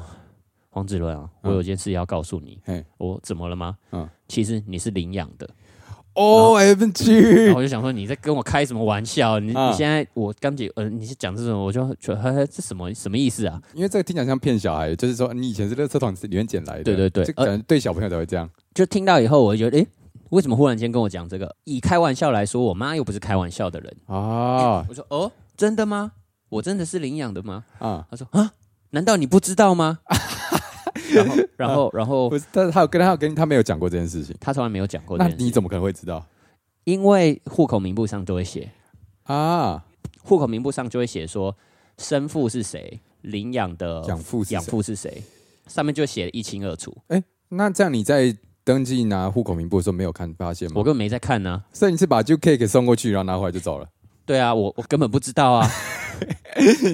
S1: 黄子伦啊，我有件事要告诉你。
S2: 嘿
S1: 我怎么了吗？
S2: 嗯
S1: 其实你是领养的。哦
S2: O M
S1: 然
S2: G，
S1: 后我就想说，你在跟我开什么玩笑？你、
S2: 啊
S1: 你现在我刚结，呃，你是讲这种，我就觉得呵呵这什么什么意思啊？
S2: 因为这个听起来像骗小孩，就是说你以前是垃圾桶里面捡来的，
S1: 对对呃对
S2: 这可能对小朋友才会这样，
S1: 就听到以后，我就觉得，诶，为什么忽然间跟我讲这个？以开玩笑来说，我妈又不是开玩笑的人。
S2: 啊
S1: 我说，哦，真的吗？我真的是领养的吗？
S2: 啊，
S1: 她说，啊，难道你不知道吗？然后，然后，然后
S2: 不是，但是他有跟他有跟他没有讲过这件事情，
S1: 她从来没有讲过这
S2: 那
S1: 件事
S2: 你，怎么可能会知道
S1: 因为户口名簿上都会写，
S2: 啊？
S1: 户口名簿上就会写说生父是谁，领养的
S2: 养父是谁
S1: 呃养父是谁，上面就写的一清二楚。
S2: 那这样你在登记拿户口名簿的时候没有看发现吗
S1: 我？根本没在看啊呢、
S2: 所以你是把 U K 给送过去，然后拿回来就 走了，
S1: 对啊，我我根本不知道啊。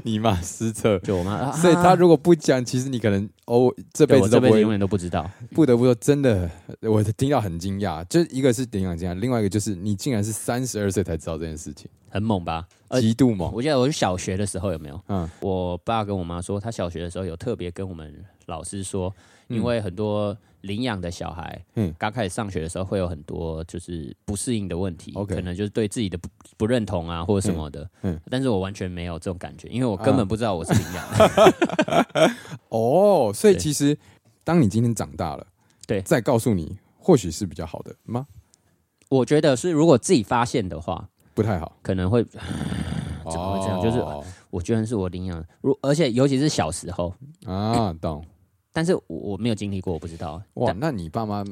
S2: 你妈失 策。
S1: 就我妈，啊、
S2: 所以他如果不讲，其实你可能哦这
S1: 对
S2: 辈
S1: 我
S2: 子
S1: 这
S2: 都不
S1: 辈子
S2: 会
S1: 永远都不知道。
S2: 不得不说，真的，我听到很惊讶。就是一个是领养惊讶，另外一个就是你竟然是三十二岁才知道这件事情，
S1: 很猛吧？呃
S2: 极度猛。
S1: 我记得我是小学的时候有没有？
S2: 嗯
S1: 我爸跟我妈说，他小学的时候有特别跟我们老师说，
S2: 嗯
S1: 因为很多领养的小孩，
S2: 嗯
S1: 嗯，刚开始上学的时候会有很多就是不适应的问题
S2: OK
S1: 可能就是对自己的不不认同啊或者什么的，
S2: 嗯
S1: 嗯，
S2: 嗯
S1: 但是我完全没有这种感觉，因为我根本不知道我是领养的，
S2: 哦，所以
S1: 对
S2: 其实当你今天长大了，
S1: 对
S2: 再告诉你，或许是比较好的吗？
S1: 我觉得是如果自己发现的话，
S2: 不太好，哦
S1: 可能会怎么会这样就是我居然是我领养的，如而且尤其是小时候，
S2: 啊，懂
S1: 但是我我没有经历过，我不知道，
S2: 哇？
S1: 但
S2: 那你爸妈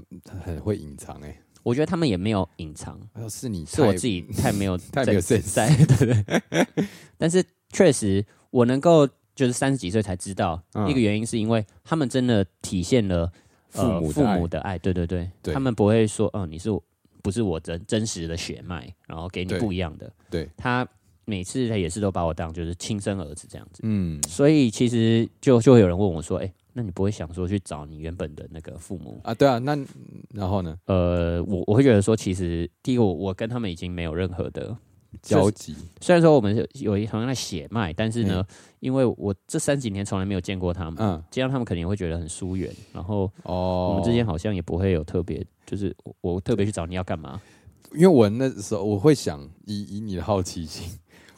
S2: 很会隐藏哎、
S1: 我觉得他们也没有隐藏。
S2: 欸，哦，是你
S1: 是我
S2: 太
S1: 自 己太没有
S2: 太没有 sense
S1: 在 对对对。但是确实，我能够就是三十几岁才知道、
S2: 嗯
S1: 一个原因，是因为他们真的体现了、呃
S2: 父母
S1: 父
S2: 的爱
S1: 母的爱，对对对，
S2: 对
S1: 他们不会说，哦、你是我不是我真真实的血脉，然后给你
S2: 对
S1: 不一样的。
S2: 对
S1: 他每次他也是都把我当就是亲生儿子这样子，
S2: 嗯
S1: 所以其实就就会有人问我说，哎、那你不会想说去找你原本的那个父母
S2: 啊，对啊，那然后呢？
S1: 呃，我我会觉得说，其实第一个我，我跟他们已经没有任何的就是
S2: 交集
S1: 虽然说我们有有一同样的血脉，但是呢，因为我这三几年从来没有见过他们，
S2: 嗯
S1: 这样他们肯定会觉得很疏远。然后
S2: 哦，
S1: 我们之间好像也不会有特别，就是我我特别去找你要干嘛？
S2: 因为我那时候我会想以以你的好奇心，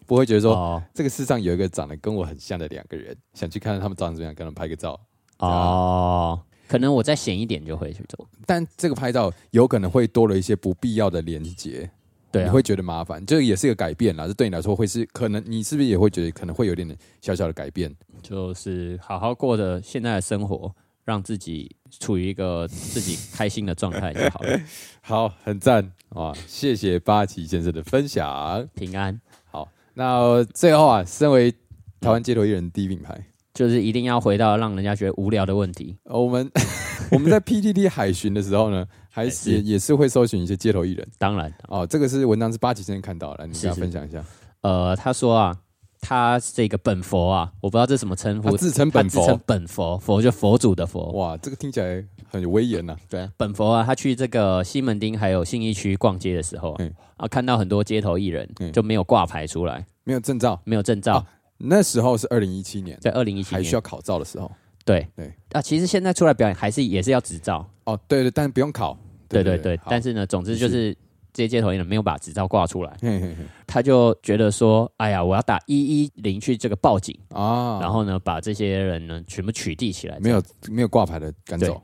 S2: 不会觉得说、
S1: 哦
S2: 这个世上有一个长得跟我很像的两个人，想去看看他们长得怎么样，跟他们拍个照。
S1: 哦，可能我再闲一点就会去走。
S2: 但这个拍照有可能会多了一些不必要的连接，
S1: 对
S2: 你
S1: 啊
S2: 会，觉得麻烦，这也是一个改变啦。这对你来说会是可能，你是不是也会觉得可能会有点小小的改变？
S1: 就是好好过着现在的生活，让自己处于一个自己开心的状态就好 了。
S2: 好，很赞啊！谢谢八旗先生的分享。
S1: 平安
S2: 好，那最后啊，身为台湾街头艺人第一品牌，
S1: 就是一定要回到让人家觉得无聊的问题。
S2: 呃我们 我们在 PTT 海巡的时候呢，还
S1: 是
S2: 是也也是会搜寻一些街头艺人
S1: 当然，
S2: 哦。这个是文章是八旗先生看到了，来你
S1: 是
S2: 跟他
S1: 是
S2: 分享一下。
S1: 呃，他说啊，他这个本佛啊，我不知道这什么称
S2: 他
S1: 呼，
S2: 自称
S1: 他
S2: 本
S1: 自
S2: 佛
S1: 称，本佛，佛就佛祖的佛。
S2: 哇，这个听起来很有威严呐、
S1: 对，本佛啊，他去这个西门町还有信义区逛街的时候啊
S2: 嗯，
S1: 啊，看到很多街头艺人
S2: 嗯
S1: 就没有挂牌出来，
S2: 没有证照，
S1: 没有证照
S2: 啊，那时候是二零一七年，
S1: 在二零一七
S2: 还需要
S1: 年，
S2: 考照的时候。
S1: 对
S2: 对
S1: 啊，其实现在出来表演还是也是要执照，
S2: 哦，对对，但不用考。
S1: 对对对，但
S2: 是
S1: 是呢，总之就是。这些街头艺人没有把执照挂出来，
S2: 嘿嘿嘿
S1: 他就觉得说：“哎呀，我要打一一零去这个报警，
S2: 啊，
S1: 然后呢，把这些人呢全部取缔起来。”
S2: 没有没有挂牌的赶走。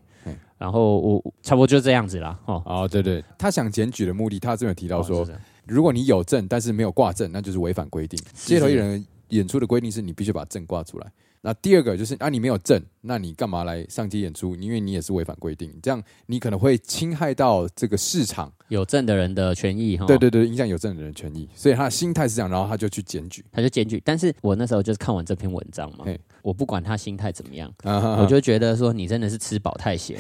S1: 然后我差不多就这样子啦，哦。
S2: 哦，对对，他想检举的目的，他这边有提到
S1: 哦
S2: 说
S1: 是，这样
S2: 如果你有证，但是没有挂证，那就是违反规定。
S1: 是
S2: 街头艺人演出的规定是你必须把证挂出来。那第二个就是，啊，你没有证，那你干嘛来上街演出？因为你也是违反规定，这样你可能会侵害到这个市场。
S1: 有证的人的权益哈，哦
S2: 对，对对，影响有证人的权益。所以他的心态是这样，然后他就去检举。
S1: 他就检举。但是我那时候就是看完这篇文章嘛
S2: 嘿，
S1: 我不管他心态怎么样，
S2: 啊哈哈
S1: 我就觉得说你真的是吃饱太 闲。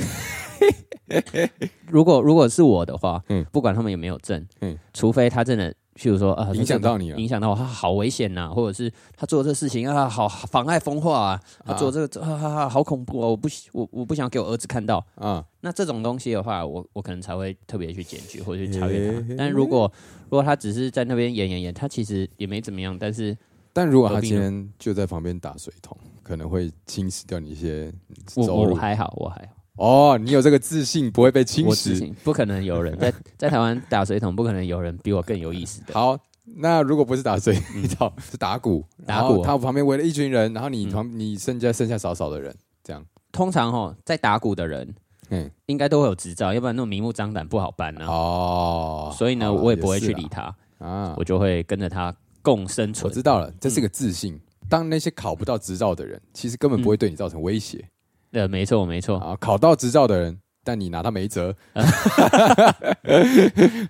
S1: 如果如果是我的话，
S2: 嗯
S1: 不管他们有没有证，
S2: 嗯
S1: 除非他真的譬如说啊，
S2: 影响到你
S1: 这
S2: 了
S1: 个影响到我，他好危险呐、或者是他做这事情啊，好妨碍风化啊，他做这个啊啊啊好恐怖哦，我不喜我我不想给我儿子看到。
S2: 啊，
S1: 那这种东西的话，我我可能才会特别去检举或者去查阅
S2: 诶
S1: 他。但如果如果他只是在那边演演演，他其实也没怎么样，但是
S2: 但如果他
S1: 何必
S2: 今
S1: 呢
S2: 天就在旁边打水桶，可能会侵蚀掉你一些
S1: 我
S2: 收
S1: 我
S2: 入。
S1: 还好，我还好，
S2: 哦，你有这个自信，不会被侵
S1: 我自
S2: 蚀。
S1: 信不可能有人在在台湾打水桶，不可能有人比我更有意 思的。
S2: 好，那如果不是打水桶，是打鼓，
S1: 嗯打鼓啊嗯
S2: 然后他旁边围了一群人，然后你旁你剩下剩下少少的人，这样。
S1: 通常哦，在打鼓的人
S2: 嗯，
S1: 应该都会有执照，要不然那种明目张胆不好办啊。
S2: 哦，
S1: 所以呢，
S2: 好啦
S1: 我也不会去
S2: 是
S1: 理他，
S2: 啦啊。
S1: 我就会跟着他共生
S2: 我
S1: 存
S2: 知。道了，
S1: 嗯
S2: 这是个自信。当那些考不到执照的人，其实根本不
S1: 嗯
S2: 会对你造成威胁
S1: 呃，没错，没错，
S2: 啊。考到执照的人，但你拿他 没辙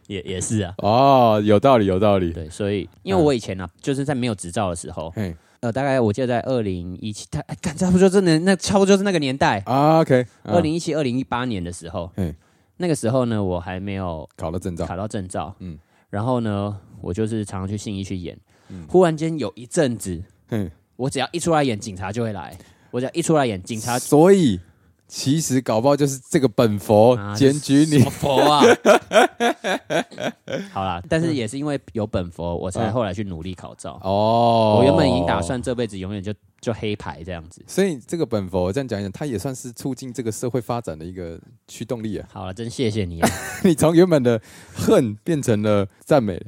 S1: 也也是啊。
S2: 哦，有道理，有道理。
S1: 对，所以因为我以前呢、啊，就是在没有执照的时候，
S2: 嘿
S1: 呃，大概我记得在二零一七，他哎干差不多就是那那差不多就是那个年代，
S2: 啊，OK，啊
S1: 二零一七、二零一八年的时候
S2: 嘿，
S1: 那个时候呢，我还没有
S2: 考到证照，
S1: 考到证照，
S2: 嗯
S1: 嗯，然后呢，我就是常常去信义去演，
S2: 嗯
S1: 忽然间有一阵子，
S2: 嘿，
S1: 我只要一出来演，警察就会来，我只要一出来演，警察
S2: 所以其实搞不好就是这个本
S1: 啊
S2: 佛检举
S1: 什
S2: 你
S1: 么佛 啊！好啦，但
S2: 嗯
S1: 是也是因为有本佛，我才后来去努力考照。
S2: 哦。
S1: 我原本已经打，算这辈子永远就就黑牌这样子。
S2: 所以这个本佛这样讲一讲，它也算是促进这个社会发展的一个驱动力啊。
S1: 好了，真谢谢你啊，
S2: 你从原本的恨变成了赞美了，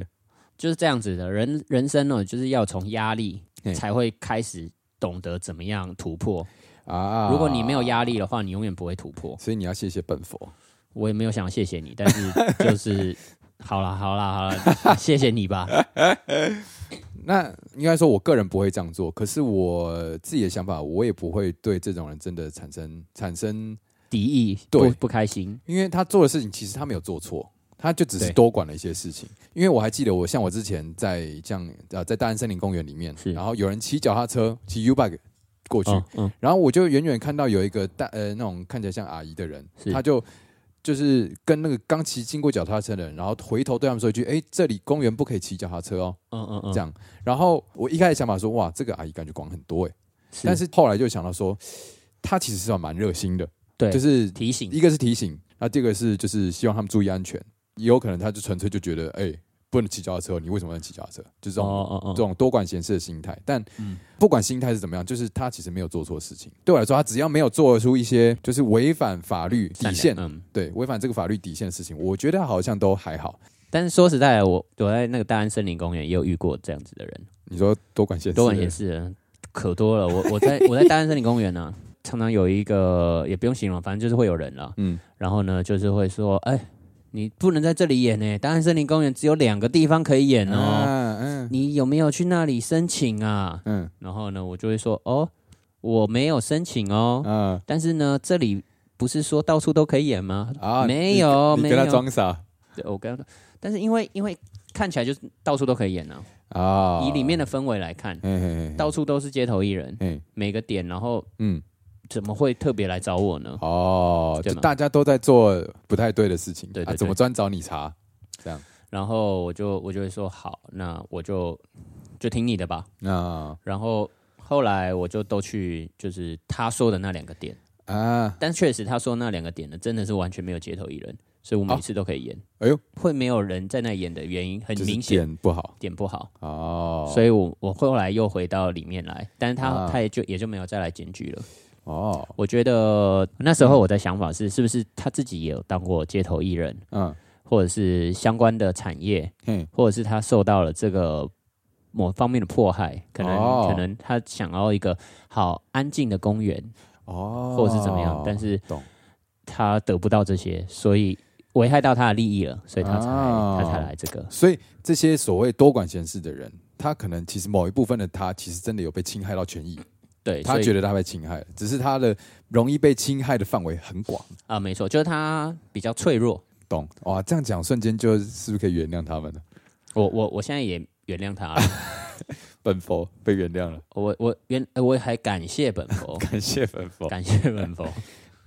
S1: 就是这样子的人人生呢，就是要从压力
S2: 嘿
S1: 才会开始懂得怎么样突破。
S2: 啊
S1: 如果你没有压力的话，你永远不会突破。
S2: 所以你要谢谢本佛。
S1: 我也没有想谢谢你，但是就是 好啦，好啦，好啦， 谢谢你吧。
S2: 那应该说，我个人不会这样做，可是我自己的想法，我也不会对这种人真的产生产生，
S1: 敌意
S2: 对
S1: 不不开心，
S2: 因为他做的事情其实他没有做错，他就只是
S1: 对
S2: 多管了一些事情。因为我还记得我，像我之前在像呃在大安森林公园里面，
S1: 是
S2: 然后有人骑脚踏车骑 U bike 过去，
S1: 嗯嗯，
S2: 然后我就远远看到有一个大呃那种看起来像阿姨的人，
S1: 是
S2: 她就就是跟那个刚骑经过脚踏车的人，然后回头对他们说一句：“哎，这里公园不可以骑脚踏车哦。”
S1: 嗯嗯嗯，
S2: 这样。然后我一开始想法说，哇，这个阿姨感觉管很多哎，
S1: 是
S2: 但是后来就想到说，她其实是蛮热心的，
S1: 对，
S2: 就是是
S1: 提醒
S2: 一个是提醒，那第二个是就是希望他们注意安全，也有可能她就纯粹就觉得，哎、不能骑脚踏车，你为什么能骑脚踏车？就这种。
S1: 哦嗯哦
S2: 这种多管闲事的心态，但不管心态是怎么样，就是她其实没有做错事情。对我来说，她只要没有做出一些就是违反法律底线，
S1: 嗯，
S2: 对违反这个法律底线的事情，我觉得好像都还好。
S1: 但是说实在的，我我在那个大安森林公园也有遇过这样子的人，
S2: 你说多管闲事，
S1: 多管闲，事的人可多了。我我在我在大安森林公园呢、 常常有一个也不用形容，反正就是会有人了。
S2: 嗯，
S1: 然后呢，就是会说，哎、你不能在这里演呢、大安森林公园只有两个地方可以演哦，
S2: 啊嗯
S1: 你有没有去那里申请啊？
S2: 嗯
S1: 然后呢，我就会说，哦，我没有申请哦，
S2: 啊
S1: 但是呢，这里不是说到处都可以演吗？
S2: 啊
S1: 没有
S2: 你
S1: 没
S2: 跟他
S1: 有
S2: 装傻
S1: 对，我刚刚，但是因为因为看起来就是到处都可以演啊，
S2: 啊
S1: 以里面的氛围来看，
S2: 嘿嘿嘿
S1: 到处都是街头艺人，
S2: 嘿
S1: 每个点，然后
S2: 嗯
S1: 怎么会特别来找我呢？
S2: 哦，
S1: 对
S2: 就
S1: 吗
S2: 大家都在做不太对的事情，
S1: 对对
S2: 啊
S1: 对
S2: 怎么专找你茬？
S1: 然后我就我就会说好，那我就就听你的吧。
S2: 啊
S1: 然后后来我就都去，就是他说的那两个点，
S2: 啊，
S1: 但确实他说那两个点呢，真的是完全没有街头艺人，所以我每次都可以演。
S2: 哎呦，
S1: 会没有人在那演的原因很
S2: 就是
S1: 明显，
S2: 点不好
S1: 点不好，
S2: 哦，
S1: 所以我我后来又回到里面来，但是他、
S2: 啊
S1: 他也就也就没有再来检举了。
S2: 哦，
S1: 我觉得那时候我的想法是，是不是他自己也有当过街头艺人，
S2: 嗯
S1: 或者是相关的产业，
S2: 嘿
S1: 或者是他受到了这个某方面的迫害，可能、
S2: 哦
S1: 可能他想要一个好安静的公园，
S2: 哦，
S1: 或者是怎么样，但是
S2: 懂
S1: 他得不到这些，所以危害到他的利益了，所以他才、
S2: 啊
S1: 他才来这个。
S2: 所以这些所谓多管闲事的人，他可能其实某一部分的他，其实真的有被侵害到权益，
S1: 对，
S2: 他
S1: 所以
S2: 觉得他被侵害了，只是他的容易被侵害的范围很广。
S1: 啊、没错，就是他比较脆弱。
S2: 懂哇？这样讲瞬间就是是不是可以原谅他们呢？
S1: 我我我现在也原谅他了，
S2: 本佛被原谅了，，
S1: 我我原呃我还感谢本佛
S2: 感谢本佛。
S1: 感谢本佛。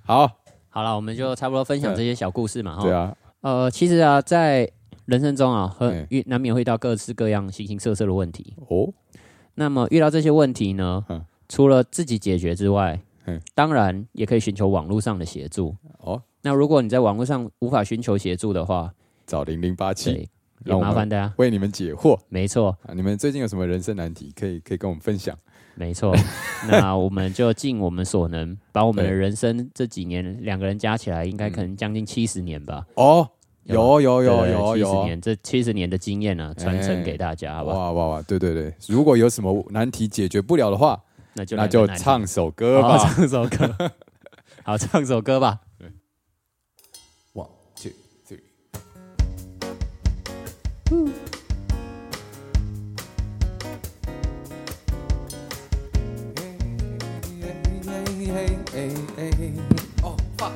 S2: 好，
S1: 好了，我们就差不多分享这些小故事嘛，哈。
S2: 对。啊，
S1: 呃，其实啊，在人生中啊，和
S2: 哎
S1: 遇难免会遇到各式各样形形色色的问题。
S2: 哦，
S1: 那么遇到这些问题呢
S2: 嗯，
S1: 除了自己解决之外
S2: 嗯，
S1: 当然也可以寻求网络上的协助。
S2: 哦，
S1: 那如果你在网络上无法寻求协助的话，
S2: 找零零八七
S1: 对，也
S2: 让我
S1: 麻
S2: 们
S1: 烦大家。
S2: 为你们解惑
S1: 没错，
S2: 啊！你们最近有什么人生难题可以可以跟我们分享？
S1: 没 错。那我们就尽我们所能，把我们的
S2: 对
S1: 人生这几年两个人加起来，应该可能将近七十年吧。
S2: 哦，有有有
S1: 啊对
S2: 有
S1: 七十
S2: 有，
S1: 年这七十年的经验呢，传承给大家，好吧？
S2: 哇哇哇！对对对，如果有什么难题解决不了的话，
S1: 那就
S2: 哎那
S1: 来
S2: 就
S1: 个难题
S2: 唱首歌
S1: 好
S2: 吧。
S1: 唱首 歌。好，唱首歌吧。
S2: One two three，哦哇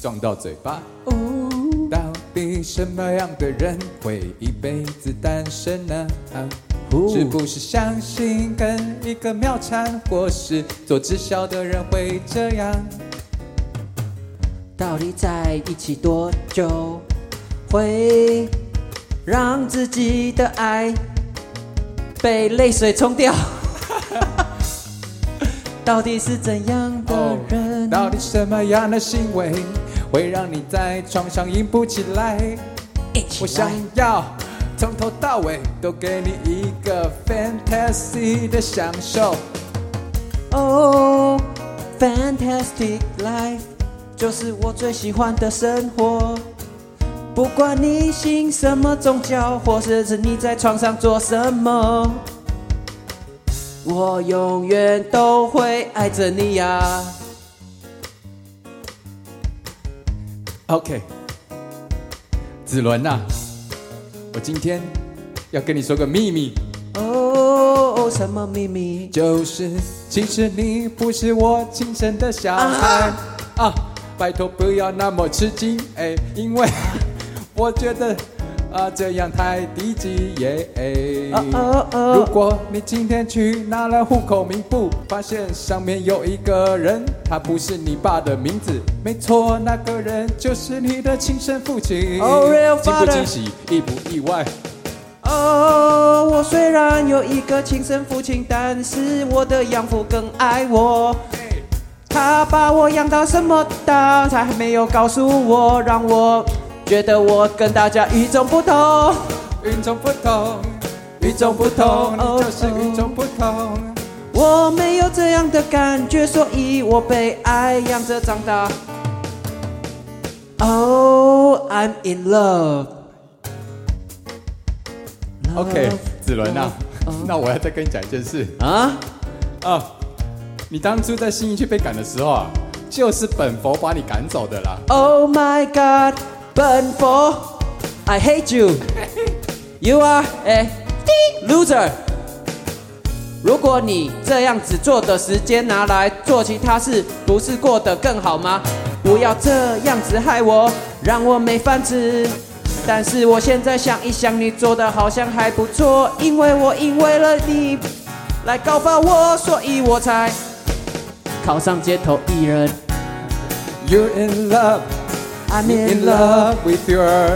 S2: 撞到嘴巴。到底什么样的人会一辈子单身呢？是不是相信跟一个妙产，或是做直销的人会这样？
S3: 到底在一起多久会让自己的爱被泪水冲掉？ 到底是怎样的人
S2: 哦到底什么样的行为会让你在床上硬不起来？
S3: 一起
S2: 我想
S3: 来
S2: 要从头到尾都给你一个 fantasy 的享受。
S3: 哦、f a n t a s t i c life，就是我最喜欢的生活。不管你信什么宗教，或者是你在床上做什么，我永远都会爱着你呀、
S2: OK，子伦呐、啊我今天要跟你说个秘密，
S3: 哦、什么秘密？
S2: 就是其实你不是我亲生的小孩啊！拜托不要那么吃惊，哎，因 为我觉得啊这样太低级耶。哎
S3: 哦哦
S2: 如果你今天去拿了户口名簿，发现上面有一个人，他不是你爸的名字，没错，那个人就是你的亲生父亲。
S3: Oh, real
S2: 惊不
S3: father
S2: 惊喜，意不意外？
S3: 哦、我虽然有一个亲生父亲，但是我的养父更爱我。他把我养到什么大，他还没有告诉我，让我觉得我跟大家与众不同。
S2: 与众不同，与众不同，
S3: 哦
S2: 你就是与众不同。
S3: 我没有这样的感觉，所以我被爱养着长大。Oh, I'm in love.
S2: OK，
S3: Love,
S2: 子伦啊，那我要再跟你讲一件事
S3: 啊，
S2: 啊，你当初在新一区被赶的时候啊，就是本佛把你赶走的啦。
S3: Oh my god，笨佛，I hate you。You are a loser。如果你这样子做的时间拿来做其他事，不是过得更好吗？不要这样子害我，让我没饭吃。但是我现在想一想，你做的好像还不错，因为我因为了你来告发我，所以我才考上街头艺人。
S2: You're in love,
S3: I'm
S2: in
S3: in
S2: love
S3: love,
S2: with your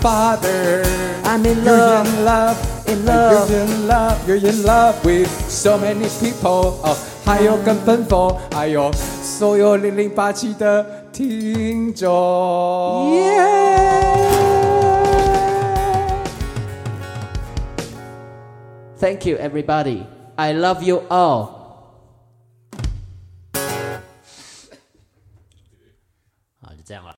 S2: father.
S3: I'm in
S2: You're
S3: love.
S2: in love,
S3: In love.
S2: You're in love, you're in love with so many people. Oh, 哦，还有跟本佛，还有所有零零八七的听众。
S3: Thank you, everybody. I love you all.
S1: 好，就这样了。